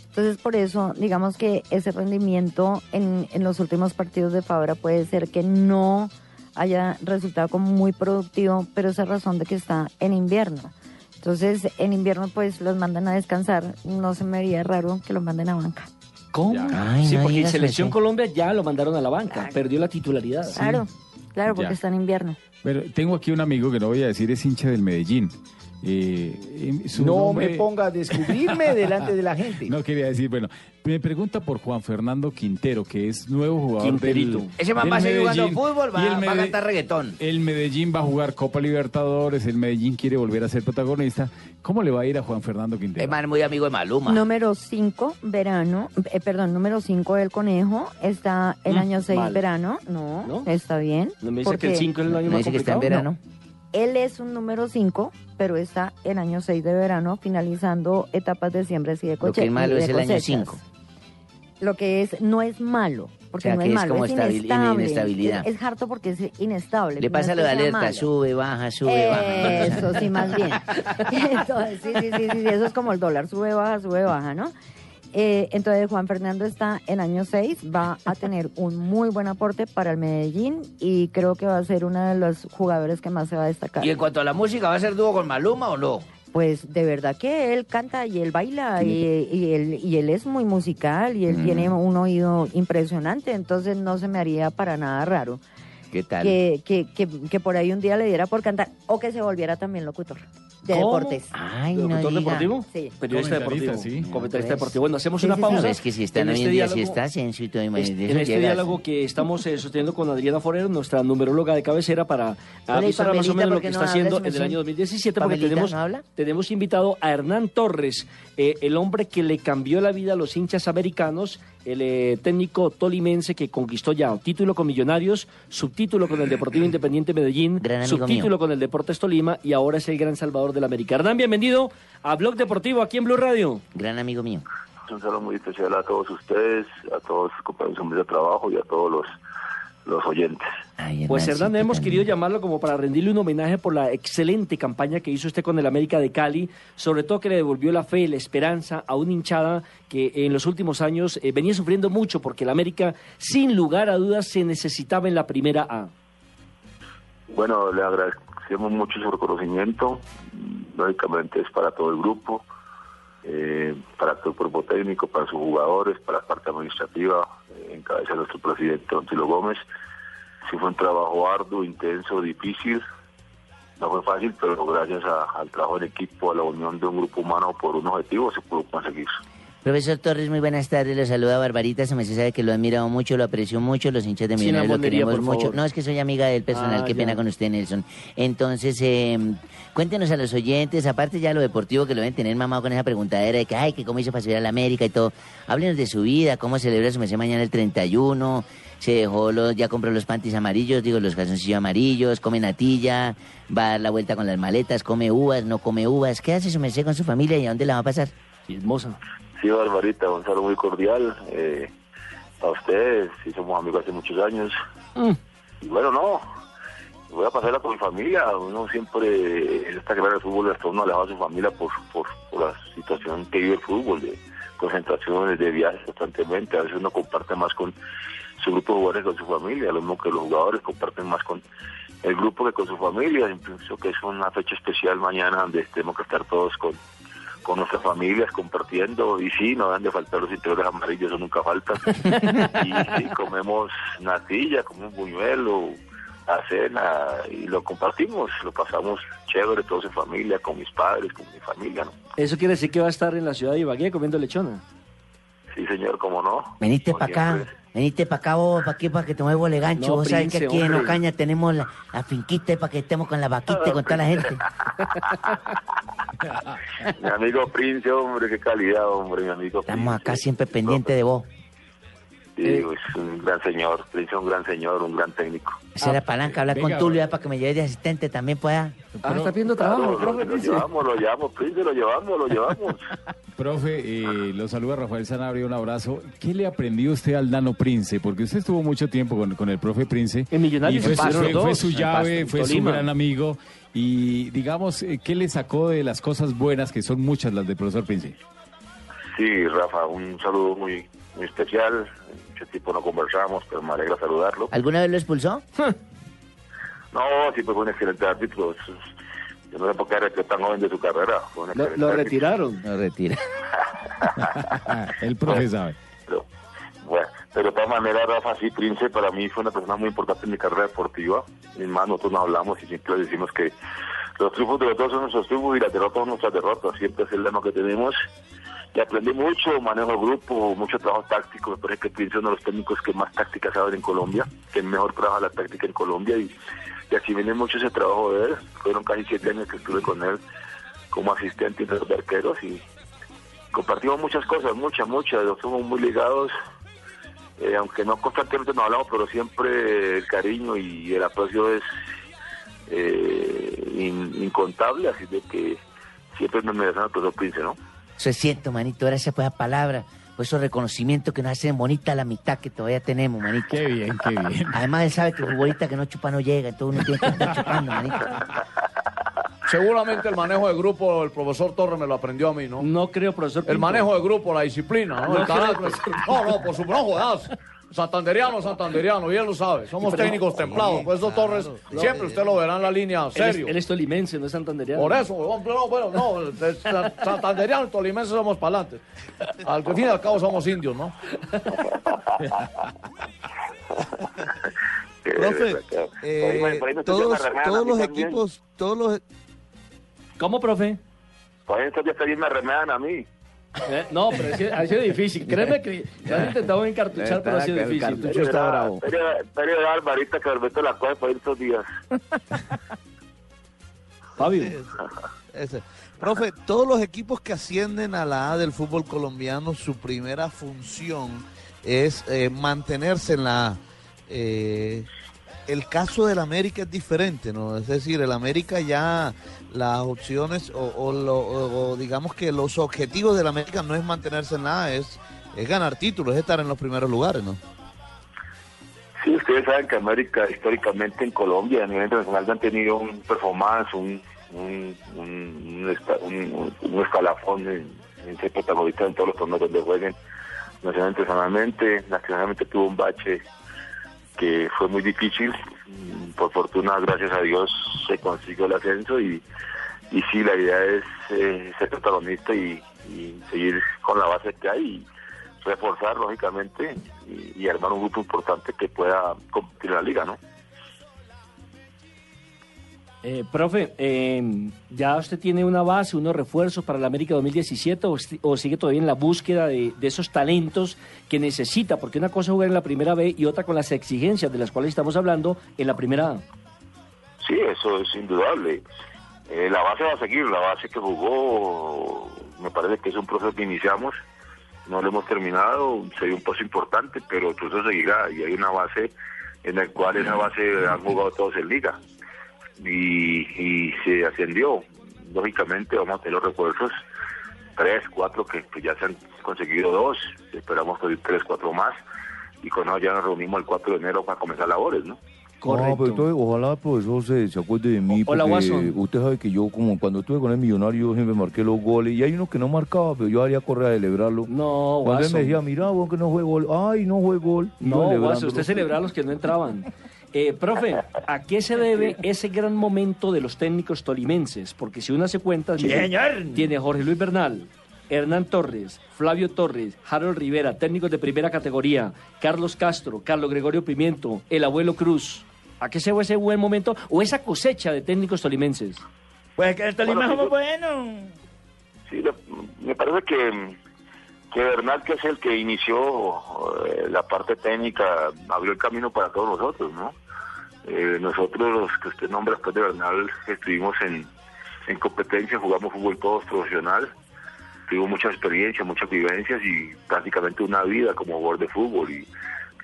S9: entonces, por eso, digamos que ese rendimiento en, en los últimos partidos de Fabra puede ser que no haya resultado como muy productivo, pero esa razón de que está en invierno. Entonces, en invierno, pues los mandan a descansar. No se me haría raro que los manden a banca.
S4: ¿Cómo?
S8: Ay,
S4: sí,
S8: no
S4: porque en
S8: digas
S4: Selección
S8: eso.
S4: Colombia ya lo mandaron a la banca, perdió la titularidad.
S9: Claro, claro, porque
S12: Ya.
S9: está en invierno.
S12: Pero tengo aquí un amigo que no voy a decir, es hincha del Medellín. Eh, eh, su
S5: No
S12: nombre-
S5: me ponga a
S12: [LAUGHS]
S5: descubrirme delante de la gente.
S12: No quería decir, bueno, me pregunta por Juan Fernando Quintero, que es nuevo jugador
S4: Quinterito.
S12: del-
S5: Ese man
S12: del
S5: va a seguir jugando
S12: Medellín.
S5: fútbol, va-
S12: Y el
S5: va a
S12: Medell-
S5: cantar
S15: reggaetón.
S12: El Medellín va a jugar Copa Libertadores, el Medellín quiere volver a ser protagonista. ¿Cómo le va a ir a Juan Fernando Quintero?
S15: Es más, muy amigo de Maluma.
S9: Número 5, verano. eh, perdón, número 5 del conejo. Está el
S15: Mm,
S9: año 6,
S15: mal.
S9: verano. No, está bien.
S4: No me dice que el
S9: porque
S4: 5 es el año más complicado. No.
S9: Él es un número 5, pero está el año 6 de verano, finalizando etapas de siembras y de
S8: Lo que
S9: coche.
S8: es malo
S9: y de
S8: es el año
S9: cosechas.
S8: 5.
S9: Lo que es, no es malo, porque
S8: O sea,
S9: no es
S8: que es
S9: malo,
S8: como
S9: es
S8: estabil-
S9: inestable.
S8: inestabilidad.
S9: Es, es harto porque es inestable.
S8: Le
S9: no
S8: pasa
S9: es
S8: lo
S9: que
S8: de
S9: sea
S8: alerta,
S9: malo.
S8: sube, baja, sube, baja.
S9: Eso sí, más bien. Entonces, sí, sí, sí, sí, sí, eso es como el dólar, sube, baja, sube, baja, ¿no? Eh, entonces Juan Fernando está en año 6, va a tener un muy buen aporte para el Medellín y creo que va a ser uno de los jugadores que más se va a destacar.
S15: Y en cuanto a la música, ¿va a ser dúo con Maluma o no?
S9: Pues de verdad que él canta y él baila y, y él, y él es muy musical y él
S15: Mm.
S9: tiene un oído impresionante, entonces no se me haría para nada raro
S15: ¿Qué tal?
S9: que, que, que- que por ahí un día le diera por cantar o que se volviera también locutor de
S4: ¿Cómo?
S9: deportes.
S8: Ay,
S4: ¿Locutor
S8: diga.
S4: deportivo?
S9: Sí.
S4: Periodista
S8: Comentarista,
S4: deportivo.
S8: sí.
S4: Comentarista
S8: No, pues.
S4: deportivo. Bueno, hacemos
S8: Sí,
S4: una
S8: sí,
S4: pausa.
S8: sí. No, es que si están hoy en día, si estás, Censito, imagínate,
S4: este-
S8: eso
S4: En este
S8: llegas.
S4: diálogo que estamos eh, sosteniendo con Adriana Forer, nuestra numeróloga de cabecera, para
S8: Hola, y
S4: avisar más o
S8: Pamelita,
S4: menos lo que
S8: ¿por qué no
S4: está
S8: hablas,
S4: haciendo en el
S8: Messi?
S4: año 2017, porque
S8: ¿Pamelita
S4: tenemos,
S8: no habla?
S4: tenemos invitado a Hernán Torres, eh, el hombre que le cambió la vida a los hinchas americanos, el eh, técnico tolimense que conquistó ya título con Millonarios, subtítulo con el Deportivo Independiente Medellín,
S8: amigo
S4: subtítulo con el Deportes Tolima y ahora es el gran salvador del América. Hernán, bienvenido a Blog Deportivo aquí en Blue Radio.
S8: Gran amigo mío.
S23: Un saludo muy especial a todos ustedes, a todos sus compañeros hombres de trabajo y a todos los, los oyentes.
S4: Pues Hernán, hemos querido llamarlo como para rendirle un homenaje por la excelente campaña que hizo usted con el América de Cali, sobre todo que le devolvió la fe, la esperanza a una hinchada que en los últimos años eh, venía sufriendo mucho porque el América, sin lugar a dudas, se necesitaba en la primera A.
S23: Bueno, le agradecemos mucho su reconocimiento, lógicamente es para todo el grupo, eh, para todo el cuerpo técnico, para sus jugadores, para la parte administrativa, eh, encabeza nuestro presidente Antilo Gómez. Sí fue un trabajo arduo, intenso, difícil. No fue fácil, pero gracias a- al trabajo del equipo, a la unión de un grupo humano por un objetivo, se pudo conseguir.
S8: Profesor Torres, muy buenas tardes. Lo saluda Barbarita. Se me sabe que lo ha admirado mucho, lo aprecio mucho. Los hinchas de
S7: Sin
S8: Millonarios lo
S7: albonería,
S8: queremos
S7: por
S8: mucho.
S7: favor.
S8: No, es que soy amiga del personal.
S7: Ah,
S8: Qué
S7: ya.
S8: pena con usted, Nelson. Entonces, eh, cuéntenos a los oyentes, aparte ya lo deportivo que lo deben tener mamado con esa preguntadera de que, ay, que cómo hizo para subir a la América y todo. Háblenos de su vida, cómo celebra su mes mañana el 31. Se dejó, los, ya compró los panties amarillos, digo, los calzoncillos amarillos, come natilla, va a dar la vuelta con las maletas, come uvas, no come uvas. ¿Qué hace su merced con su familia y a dónde la va a pasar?
S4: Hermosa.
S23: Sí, Barbarita, un saludo muy cordial eh, a ustedes. Sí, somos amigos hace muchos años. Y bueno, no, voy a pasarla con mi familia. Uno siempre, en esta carrera de fútbol, hasta uno alejado de su familia por, por, por la situación que vive el fútbol, de concentraciones, de viajes constantemente. A veces uno comparte más con su grupo de jugadores que con su familia, lo mismo que los jugadores comparten más con el grupo que con su familia. Y Pienso que es una fecha especial mañana donde tenemos que estar todos con con nuestras familias compartiendo y sí, no han de faltar los cinturones amarillos, eso nunca falta. y sí, comemos natilla, comemos buñuelo, la cena y lo compartimos, lo pasamos chévere todos en familia, con mis padres, con mi familia, ¿no?
S4: Eso quiere decir que va a estar en la ciudad de Ibagué comiendo lechona.
S23: Sí, señor, cómo no.
S8: Veniste
S23: Como
S8: para acá,
S23: siempre.
S8: veniste para acá vos, para aquí, para que te muevo el gancho.
S23: No,
S8: vos sabés que
S23: príncipe,
S8: aquí en
S23: hombre.
S8: Ocaña tenemos la, la finquita para que estemos con la vaquita y con toda la gente.
S23: Mi amigo Prince, hombre, qué calidad, hombre, mi amigo
S8: Estamos acá siempre pendiente de vos.
S23: Prince. Sí, es un gran señor, Prince es un gran señor, un gran técnico.
S8: Hacer la palanca, hablar con
S23: venga,
S8: Tulio ya para que me lleve de asistente también pueda.
S23: Ah, está
S4: pidiendo
S23: Claro, lo, lo llevamos, lo llevamos, Prince, lo llevamos, lo llevamos.
S12: Profe, eh, lo saluda Rafael Sanabria, un abrazo. ¿Qué le aprendió usted al Nano Prince? Porque usted estuvo mucho tiempo con, con el profe Prince.
S4: En Millonarios
S12: y fue,
S4: en Pasto,
S12: su, fue-
S4: los
S12: fue
S4: dos,
S12: su
S4: en Pasto,
S12: llave,
S4: en
S12: fue su
S4: Tolima.
S12: gran amigo. Y digamos, eh, ¿qué le sacó de las cosas buenas, que son muchas las del profesor Prince?
S23: Sí, Rafa, un saludo muy, muy especial. Mucho tiempo no conversamos, pero me alegra saludarlo.
S8: ¿Alguna vez lo expulsó?
S23: No, siempre fue un excelente árbitro. Es- es- Yo no sé por qué era que tan joven de su carrera. Fue un
S4: Lo,
S23: excelente
S4: lo
S23: árbitro.
S4: retiraron.
S8: Lo retiraron.
S12: [LAUGHS] El profe sabe.
S23: Bueno, pero de todas maneras, Rafa, sí, Prince para mí fue una persona muy importante en mi carrera deportiva. Mis más, nosotros no hablamos y siempre decimos que los triunfos de los dos son nuestros triunfos y las derrotas son nuestras derrotas. Siempre es el lema que tenemos. Y aprendí mucho, manejo de grupo, mucho trabajo táctico. Me parece que Prince es uno de los técnicos que más táctica saben en Colombia, que mejor trabaja la táctica en Colombia. Y, y así viene mucho ese trabajo de él. Fueron casi siete años que estuve con él como asistente entre los arqueros y compartimos muchas cosas, muchas, muchas, nos fuimos muy ligados, eh, aunque no constantemente nos hablamos, pero siempre el cariño y el aprecio es eh, in- incontable, así de que siempre me merecen al profesor Prince, ¿no?
S8: Eso es cierto, manito. Gracias por esa palabra, por esos reconocimientos que nos hacen bonita la mitad que todavía tenemos, manito. Qué
S12: bien, qué bien.
S8: Además, él sabe que el futbolista que no chupa no llega, entonces uno tiene que estar chupando, manito.
S5: Seguramente el manejo de grupo, el profesor Torres me lo aprendió a mí, ¿no?
S4: No creo, profesor.
S5: El manejo de grupo, la disciplina, ¿no?
S4: No
S5: El carácter.
S4: creo, profesor.
S5: No, no, por supuesto, no jodas. Santanderiano, santanderiano, bien lo sabe. Somos
S4: Pero-
S5: técnicos templados. Por eso Torres, siempre usted lo verá en la línea,
S4: Él es,
S5: serio.
S4: él es tolimense, no es santandereano.
S5: Por eso, huevón, pero no, bueno, no, de- sa- santanderiano, tolimense somos pa'lantes. [LAUGHS] Al fin y al cabo somos indios, ¿no? [LAUGHS]
S11: Profe,
S23: Ahí me- por ahí
S11: eh,
S23: me está
S11: todos,
S23: llamando Hernán a
S11: todos
S23: mí
S11: los
S23: también.
S11: equipos, todos los...
S4: ¿Cómo, profe?
S23: Por eso Pues, ya también me remedan a mí.
S4: Eh, no, pero es que ha sido difícil. Créeme que lo Eh, han intentado [LAUGHS] encartuchar, pero ha sido difícil.
S23: Pero de Alvarita que Alberto la coge por estos días.
S4: Fabio.
S11: Ese. Profe, todos los equipos que ascienden a la A del fútbol colombiano, su primera función es eh, mantenerse en la A. Eh, el caso del América es diferente, ¿no? Es decir, el América ya las opciones o, o lo- o- o digamos que los objetivos del América no es mantenerse en la A, es, es ganar títulos, es estar en los primeros lugares, ¿no?
S23: Sí, ustedes saben que América históricamente en Colombia, a nivel internacional, han tenido un performance, un, un, un, un esta- un- un escalafón en, en ser protagonista en todos los torneos donde jueguen, nacional internacionalmente. Nacionalmente tuvo un bache que fue muy difícil. Mm, Por fortuna, gracias a Dios, se consiguió el ascenso y, y sí, la idea es eh, ser protagonista y, y seguir con la base que hay. y reforzar lógicamente y, y armar un grupo importante que pueda competir en la liga, ¿no?
S4: Eh, profe, eh, ¿ya usted tiene una base, unos refuerzos para la América 2017 o, o sigue todavía en la búsqueda de, de, esos talentos que necesita? Porque una cosa es jugar en la primera B y otra con las exigencias de las cuales estamos hablando en la primera A.
S23: Sí, eso es indudable. Eh, la base va a seguir, la base que jugó, me parece que es un proceso que iniciamos, no lo hemos terminado, se dio un paso importante, pero el proceso seguirá y hay una base en la cual esa base han jugado todos en liga. Y, y, se ascendió. Lógicamente vamos a tener los refuerzos, tres, cuatro, que pues ya se han conseguido dos, esperamos que tres, cuatro más, y con eso ya nos reunimos el 4 de enero para comenzar labores, ¿no?
S14: Correcto. Ah, pero entonces, ojalá el profesor se, se acuerde de mí.
S4: Hola,
S14: porque usted sabe que yo, como cuando estuve con el millonario, yo siempre marqué los goles. Y hay uno que no marcaba, pero yo haría correr a celebrarlo.
S4: No,
S14: Cuando él me decía, mira, vos que no juego gol. Ay, no juego gol.
S4: No, Guaso, usted celebraba los que no entraban. Eh, profe, ¿a qué se debe ese gran momento de los técnicos tolimenses? Porque si uno hace cuentas, tiene Jorge Luis Bernal, Hernán Torres, Flavio Torres, Harold Rivera, técnicos de primera categoría, Carlos Castro, Carlos Gregorio Pimiento, el abuelo Cruz. ¿A qué se debe ese buen momento o esa cosecha de técnicos tolimenses?
S15: Pues que el Tolima es muy bueno.
S23: Sí, lo, me parece que que Bernal, que es el que inició eh, la parte técnica, abrió el camino para todos nosotros, ¿no? Eh, nosotros, los que usted nombra después de Bernal, estuvimos en, en competencia, jugamos fútbol todos profesional, tuvimos mucha experiencia, muchas vivencias y prácticamente una vida como jugador de fútbol. Y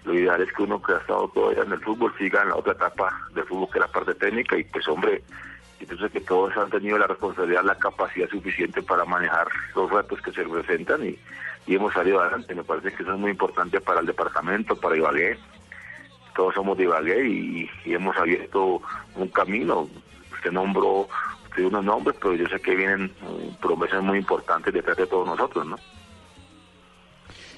S23: lo ideal es que uno que ha estado todavía en el fútbol siga en la otra etapa del fútbol, que es la parte técnica, y pues, hombre, entonces que todos han tenido la responsabilidad, la capacidad suficiente para manejar los retos que se presentan y, y hemos salido adelante. Me parece que eso es muy importante para el departamento, para Ibagué. Todos somos de Ibagué y, y hemos abierto un camino. Usted nombró, usted dio unos nombres, pero yo sé que vienen eh, promesas muy importantes detrás de todos nosotros, ¿no?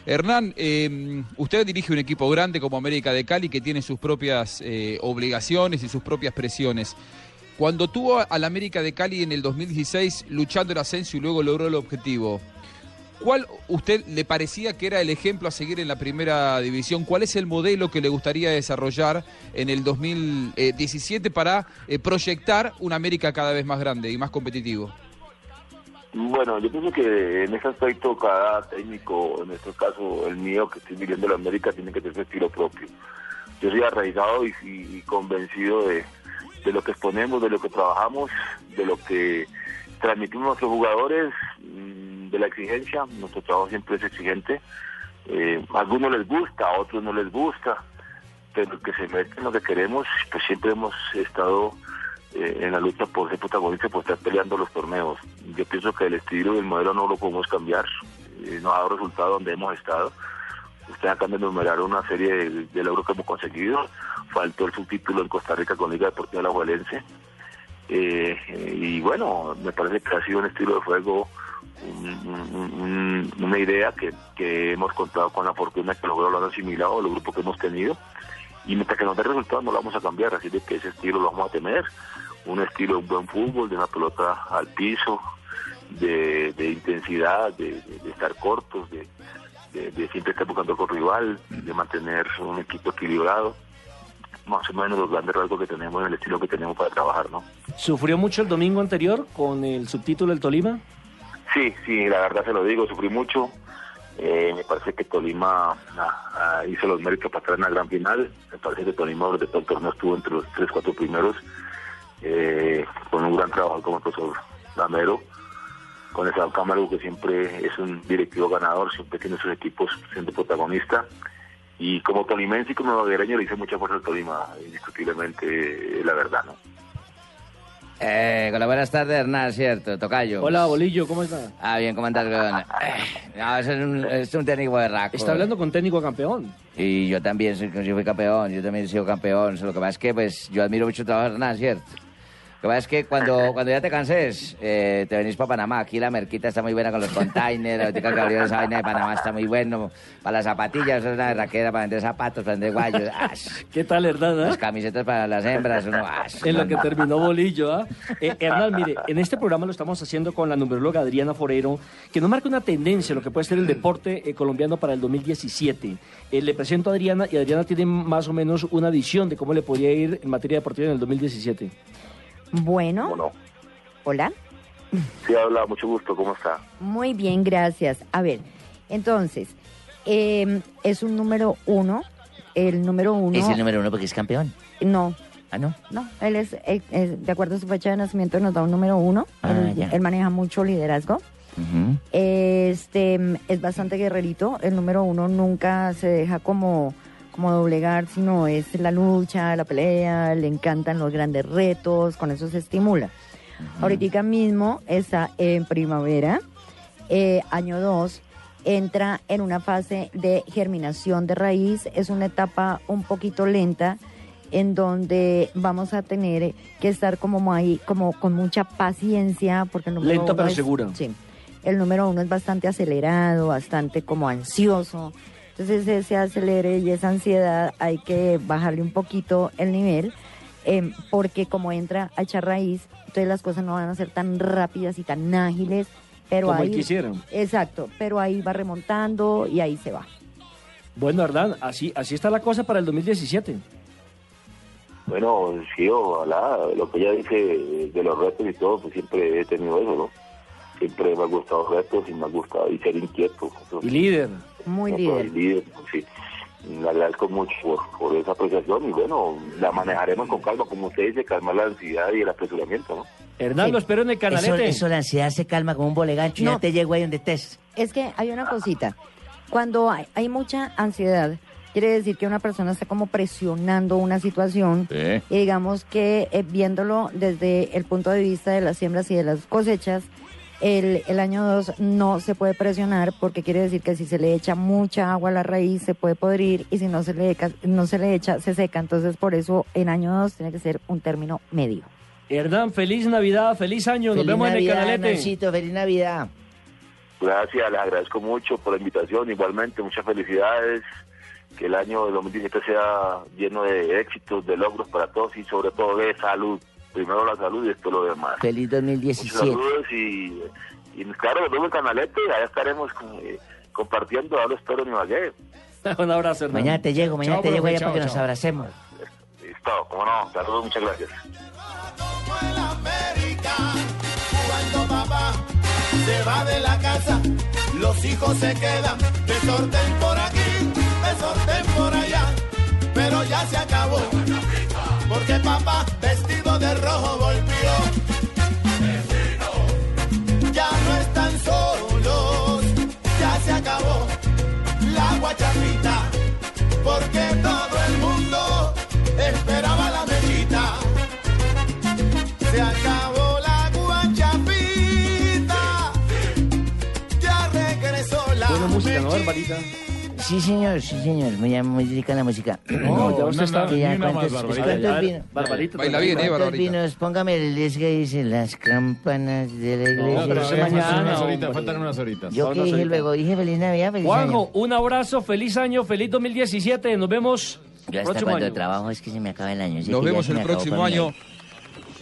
S6: Hernán, eh, usted dirige un equipo grande como América de Cali que tiene sus propias eh, obligaciones y sus propias presiones. Cuando tuvo al América de Cali en el 2016 luchando el ascenso y luego logró el objetivo, ¿cuál usted le parecía que era el ejemplo a seguir en la primera división? ¿Cuál es el modelo que le gustaría desarrollar en el 2017 para eh, proyectar un América cada vez más grande y más competitivo?
S23: Bueno, yo pienso que en ese aspecto cada técnico, en nuestro caso el mío que estoy viviendo en la América, tiene que tener su estilo propio. Yo soy arraigado y, y, y convencido de, de lo que exponemos, de lo que trabajamos, de lo que transmitimos a nuestros jugadores, mm, de la exigencia. Nuestro trabajo siempre es exigente. Eh, a algunos les gusta, a otros no les gusta, pero que se meten lo que queremos, pues siempre hemos estado eh, en la lucha por ser protagonistas, por estar peleando los torneos. Yo pienso que el estilo y el modelo no lo podemos cambiar, eh, nos ha dado resultado donde hemos estado. Ustedes acaban de enumerar una serie de, de logros que hemos conseguido. Faltó el subtítulo en Costa Rica con Liga Deportiva La Juelense. Eh, y bueno, me parece que ha sido un estilo de juego, un, un, un, una idea que, que, hemos contado con la fortuna que logró lo han asimilado, los grupos que hemos tenido. Y mientras que nos dé resultados no lo vamos a cambiar, así de que ese estilo lo vamos a tener. Un estilo de un buen fútbol, de una pelota al piso, de, de intensidad, de, de estar cortos, de, de, de, siempre estar buscando con rival, de mantener un equipo equilibrado. Más o menos los grandes rasgos que tenemos, el estilo que tenemos para trabajar, ¿no?
S4: ¿Sufrió mucho el domingo anterior con el subtítulo del Tolima?
S23: Sí, sí, la verdad se lo digo, sufrí mucho. Eh, me parece que Tolima ah, ah, hizo los méritos para estar en la gran final. Me parece que Tolima durante todo el torneo estuvo entre los tres, cuatro primeros, eh, con un gran trabajo como el profesor Damero con el Sao Camargo, que siempre es un directivo ganador, siempre tiene sus equipos siendo protagonista. Y como tolimense y como novaguereño le hice mucha fuerza al Tolima, indiscutiblemente, la verdad, ¿no?
S15: Eh, hola, buenas tardes, Hernán, cierto, Tocayo.
S4: Hola, Bolillo, ¿cómo estás?
S15: Ah, bien, ¿cómo andas, Eh, No, es un, es un técnico de raco.
S4: Está hablando con técnico campeón.
S15: Y yo también, soy, yo fui campeón, yo también he sido campeón. Lo que pasa es que, pues, yo admiro mucho el trabajo de Hernán, cierto.
S8: que pasa es que cuando, cuando ya te canses, eh, te venís para Panamá. Aquí la merquita está muy buena con los containers. Ahorita que abrieron esa vaina de Panamá está muy bueno. Para las zapatillas, es una raquera para vender zapatos, para vender guayos. ¡as!
S4: ¿Qué tal, Hernán? ah?
S8: Las camisetas para las hembras, uno. ¡as!
S4: En lo que terminó Bolillo, ¿ah? Eh, Hernán, mire, en este programa lo estamos haciendo con la numeróloga Adriana Forero, que nos marca una tendencia lo que puede ser el deporte eh, colombiano para el 2017. Eh, le presento a Adriana y Adriana tiene más o menos una visión de cómo le podría ir en materia deportiva en el 2017.
S9: Bueno.
S23: ¿Cómo no?
S9: Hola.
S23: Sí, habla, mucho gusto, ¿cómo está?
S9: Muy bien, gracias. A ver, entonces, eh, es un número uno. El número uno.
S7: Es el número uno porque es campeón.
S9: No,
S7: Ah, no.
S9: no, él es, eh, eh, de acuerdo a su fecha de nacimiento, nos da un número uno.
S7: Ah,
S9: él,
S7: ya.
S9: él maneja mucho liderazgo.
S7: Ujú.
S9: Este mm, es bastante guerrerito. El número uno nunca se deja como, como doblegar, sino es la lucha, la pelea, le encantan los grandes retos, con eso se estimula. Ahorita mismo está en primavera, eh, año 2, entra en una fase de germinación de raíz, es una etapa un poquito lenta en donde vamos a tener que estar como ahí, como con mucha paciencia, porque el número
S4: Lenta
S9: uno
S4: pero
S9: es-
S4: segura.
S9: Sí. El número uno es bastante acelerado, bastante como ansioso. Entonces ese acelere y esa ansiedad hay que bajarle un poquito el nivel, eh, porque como entra a echar raíz, entonces las cosas no van a ser tan rápidas y tan ágiles, pero
S4: Como él
S9: ahí...
S4: quisiera.
S9: Exacto, pero ahí va remontando y ahí se va.
S4: Bueno, Hernán, así, así está la cosa para el 2017.
S23: Bueno, sí, ojalá, lo que ella dice de los retos y todo, pues siempre he tenido eso, ¿no? Siempre me ha gustado retos y me ha gustado y ser inquieto. Eso
S4: Y líder.
S9: Muy
S23: Yo soy líder, pues sí. Le agradezco mucho por, por esa apreciación y bueno, la manejaremos con calma, como usted dice, calmar la ansiedad y el apresuramiento, ¿no?
S4: Hernán, lo espero en el
S7: Eso,
S4: canalete.
S7: eso, la ansiedad se calma con un bolegancho y ya te llego ahí donde estés.
S9: Es que hay una cosita. Cuando hay, hay mucha ansiedad, quiere decir que una persona está como presionando una situación.
S24: Sí.
S9: Y digamos que eh, viéndolo desde el punto de vista de las siembras y de las cosechas, el, el año 2 no se puede presionar porque quiere decir que si se le echa mucha agua a la raíz se puede podrir y si no se le, eca- no se le echa se seca. Entonces por eso en año 2 tiene que ser un término medio.
S4: Hernán, feliz Navidad, feliz año.
S7: Feliz
S4: nos vemos en
S7: Navidad,
S4: E el canalete.
S7: Nancito, feliz Navidad.
S23: Gracias, les agradezco mucho por la invitación. Igualmente, muchas felicidades. Que el año de 2017 sea lleno de éxitos, de logros para todos y sobre todo de salud. Primero la salud y después lo demás.
S7: Feliz
S23: Muchos
S7: 2017.
S23: saludos y, y claro, nos vemos en Canalete. Allá estaremos eh, compartiendo. Ahora espero en Ibagué.
S4: [LAUGHS] Un abrazo, Hernán.
S7: Mañana te llego, mañana
S23: Chao,
S7: te llego
S23: profe,
S7: allá
S23: chao,
S7: para que nos
S23: chao.
S7: abracemos.
S23: Listo, cómo no. Saludos, muchas gracias.
S25: Cuando papá se va de la casa, los hijos se quedan, desorden por aquí, desorden por allá, pero ya se acabó, porque papá vestido de rojo volvió. Ya no están solos, ya se acabó la guachapita, porque todo el mundo esperaba la mellita. Se acabó la guachapita. Ya regresó la
S4: Buena música, ¿no, Barbarita?
S7: Sí, señor, sí, señor. Muy, muy rica la música.
S4: [CLEARS THROAT] No, ya usted está-
S7: Que ya
S4: ni una más,
S7: cuántos-
S4: Barbarita.
S7: ¿cuántos
S4: Ya,
S7: vinos?
S4: Barbarita, Baila bien, eh,
S7: ¿Cuántos
S4: Barbarita.
S7: vinos? Póngame el es que dice las campanas de la iglesia.
S12: pero eso es mañana, unas horitas,
S7: hombre.
S12: faltan unas horitas.
S7: Yo
S12: Son
S7: que
S12: unas
S7: dije
S12: horitas.
S7: luego, dije feliz Navidad, feliz año.
S4: Juanjo, un abrazo, feliz año, feliz 2017. Nos vemos
S7: Yo hasta
S4: próximo
S7: cuando
S4: año.
S7: trabajo es que se me acaba el año. así
S6: Nos
S7: que ya
S6: vemos
S7: se
S6: el
S7: me acabó
S6: próximo
S7: para mí.
S6: año.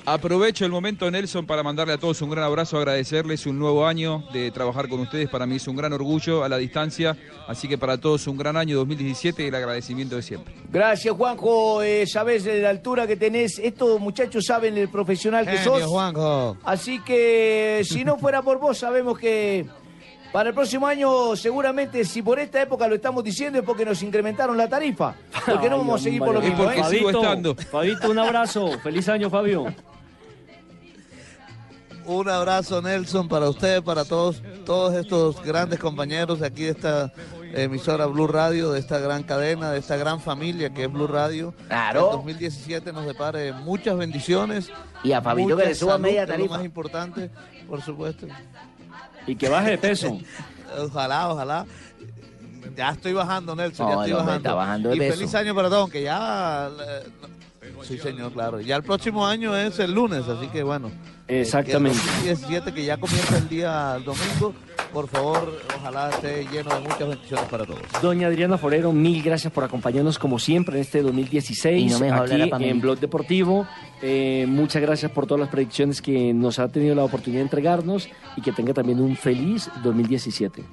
S6: Aprovecho el momento, Nelson, para mandarle a todos un gran abrazo, agradecerles un nuevo año de trabajar con ustedes. Para mí es un gran orgullo a la distancia. Así que para todos un gran año 2017 y el agradecimiento de siempre.
S5: Gracias, Juanjo. Eh, sabes de la altura que tenés. Estos muchachos saben el profesional que
S11: Genio,
S5: sos.
S11: Juanjo.
S5: Así que si no fuera por vos, sabemos que para el próximo año, seguramente, si por esta época lo estamos diciendo, es porque nos incrementaron la tarifa. Porque no
S4: Ay,
S5: vamos a seguir por lo
S4: hombre,
S5: mismo. ¿eh?
S4: Fabito, Fabito, un abrazo. Feliz año, Fabio.
S11: Un abrazo, Nelson, para usted, para todos, todos estos grandes compañeros de aquí de esta emisora Blue Radio, de esta gran cadena, de esta gran familia que es Blue Radio.
S8: Claro.
S11: Que el 2017 nos depare muchas bendiciones.
S8: Y a Fabito
S11: mucha
S8: que le suba
S11: salud,
S8: media
S11: que es
S8: tarifa.
S11: Lo más importante, por supuesto.
S4: Y que baje de peso.
S11: ojalá, ojalá. Ya estoy bajando, Nelson,
S7: No,
S11: ya estoy
S7: el hombre
S11: bajando.
S7: está bajando de
S11: y
S7: peso.
S11: feliz año para todos, aunque ya eh, Sí, señor, claro. Ya el próximo año es el lunes, así que bueno. Eh,
S4: Exactamente.
S11: El 17 que ya comienza el día domingo. Por favor, ojalá esté lleno de muchas bendiciones para todos.
S4: Doña Adriana Forero, mil gracias por acompañarnos como siempre en este 2016
S5: Y no me dejó
S4: aquí
S5: hablar a Pamela.
S4: en Blog Deportivo. Eh, muchas gracias por todas las predicciones que nos ha tenido la oportunidad de entregarnos y que tenga también un feliz 2017.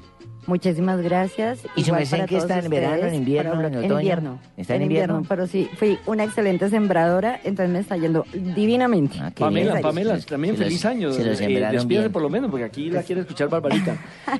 S9: Muchísimas gracias.
S5: ¿Y su
S9: Igual
S5: merced
S9: para
S5: que está
S9: todos
S5: en verano, en
S9: ustedes,
S5: invierno,
S9: para
S5: en
S9: Blog-
S5: otoño?
S9: invierno.
S5: ¿Está en invierno?
S9: Pero sí, fui una excelente sembradora, entonces me está yendo divinamente.
S5: Ah,
S4: Pamela,
S9: Gracias.
S4: Pamela, también
S5: se los-
S4: feliz año.
S5: se los
S4: Eh,
S5: sembraron
S4: despídase
S5: bien.
S4: por lo menos, porque aquí la quiere escuchar
S5: [LAUGHS]
S4: Barbarita.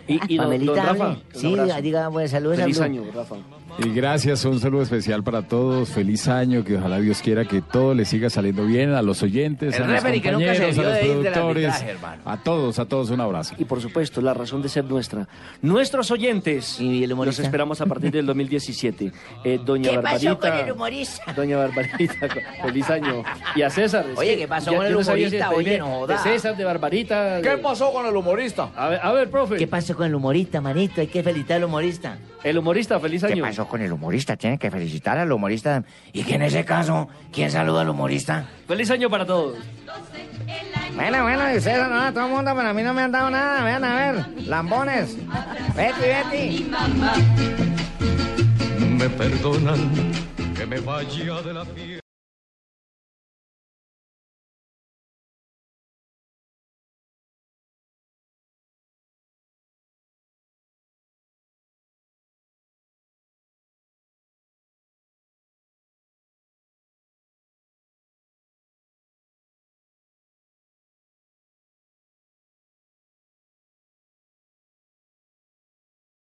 S4: Y, y don- don,
S5: Pamelita,
S4: Rafa,
S5: hable.
S4: un
S5: Sí,
S4: abrazo.
S5: diga, bueno, saludos a
S4: Feliz
S5: Blue.
S4: año, Rafa.
S12: Y gracias, un saludo especial para todos. Feliz año, que ojalá Dios quiera que todo le siga saliendo bien a los oyentes,
S4: El
S12: a los
S4: referee que nunca se
S12: compañeros,
S4: debió
S12: a los
S4: de ir del
S12: productores.
S4: arbitraje, hermano.
S12: A todos, a todos un abrazo.
S4: Y por supuesto, la razón de ser nuestra. Nuestros oyentes los esperamos a partir del 2017. Eh, doña
S5: ¿Qué pasó con el
S4: Barbarita.
S5: humorista?
S4: Doña Barbarita, [LAUGHS] co- feliz año. Y a César. es
S5: Oye,
S4: que
S5: ¿qué pasó
S4: ya
S5: con el
S4: yo no sabía si
S5: humorista?
S4: estoy
S5: Oye,
S4: bien.
S5: no
S4: De
S5: joda.
S4: César, de Barbarita. de-
S5: pasó con el humorista?
S4: A ver, a ver, profe.
S5: ¿Qué pasó con el humorista, manito? Hay que felicitar al humorista.
S4: El humorista, feliz
S5: año.
S26: ¿Qué pasó con el humorista? Tienen que felicitar al humorista. Y que en ese caso, ¿quién saluda al humorista?
S4: Feliz año para todos.
S8: Bueno, bueno, y ustedes no, a todo el mundo, pero a mí no me han dado nada. Vean, a ver, lambones. Betty, Betty.
S24: Me perdonan que me vaya de la fiesta.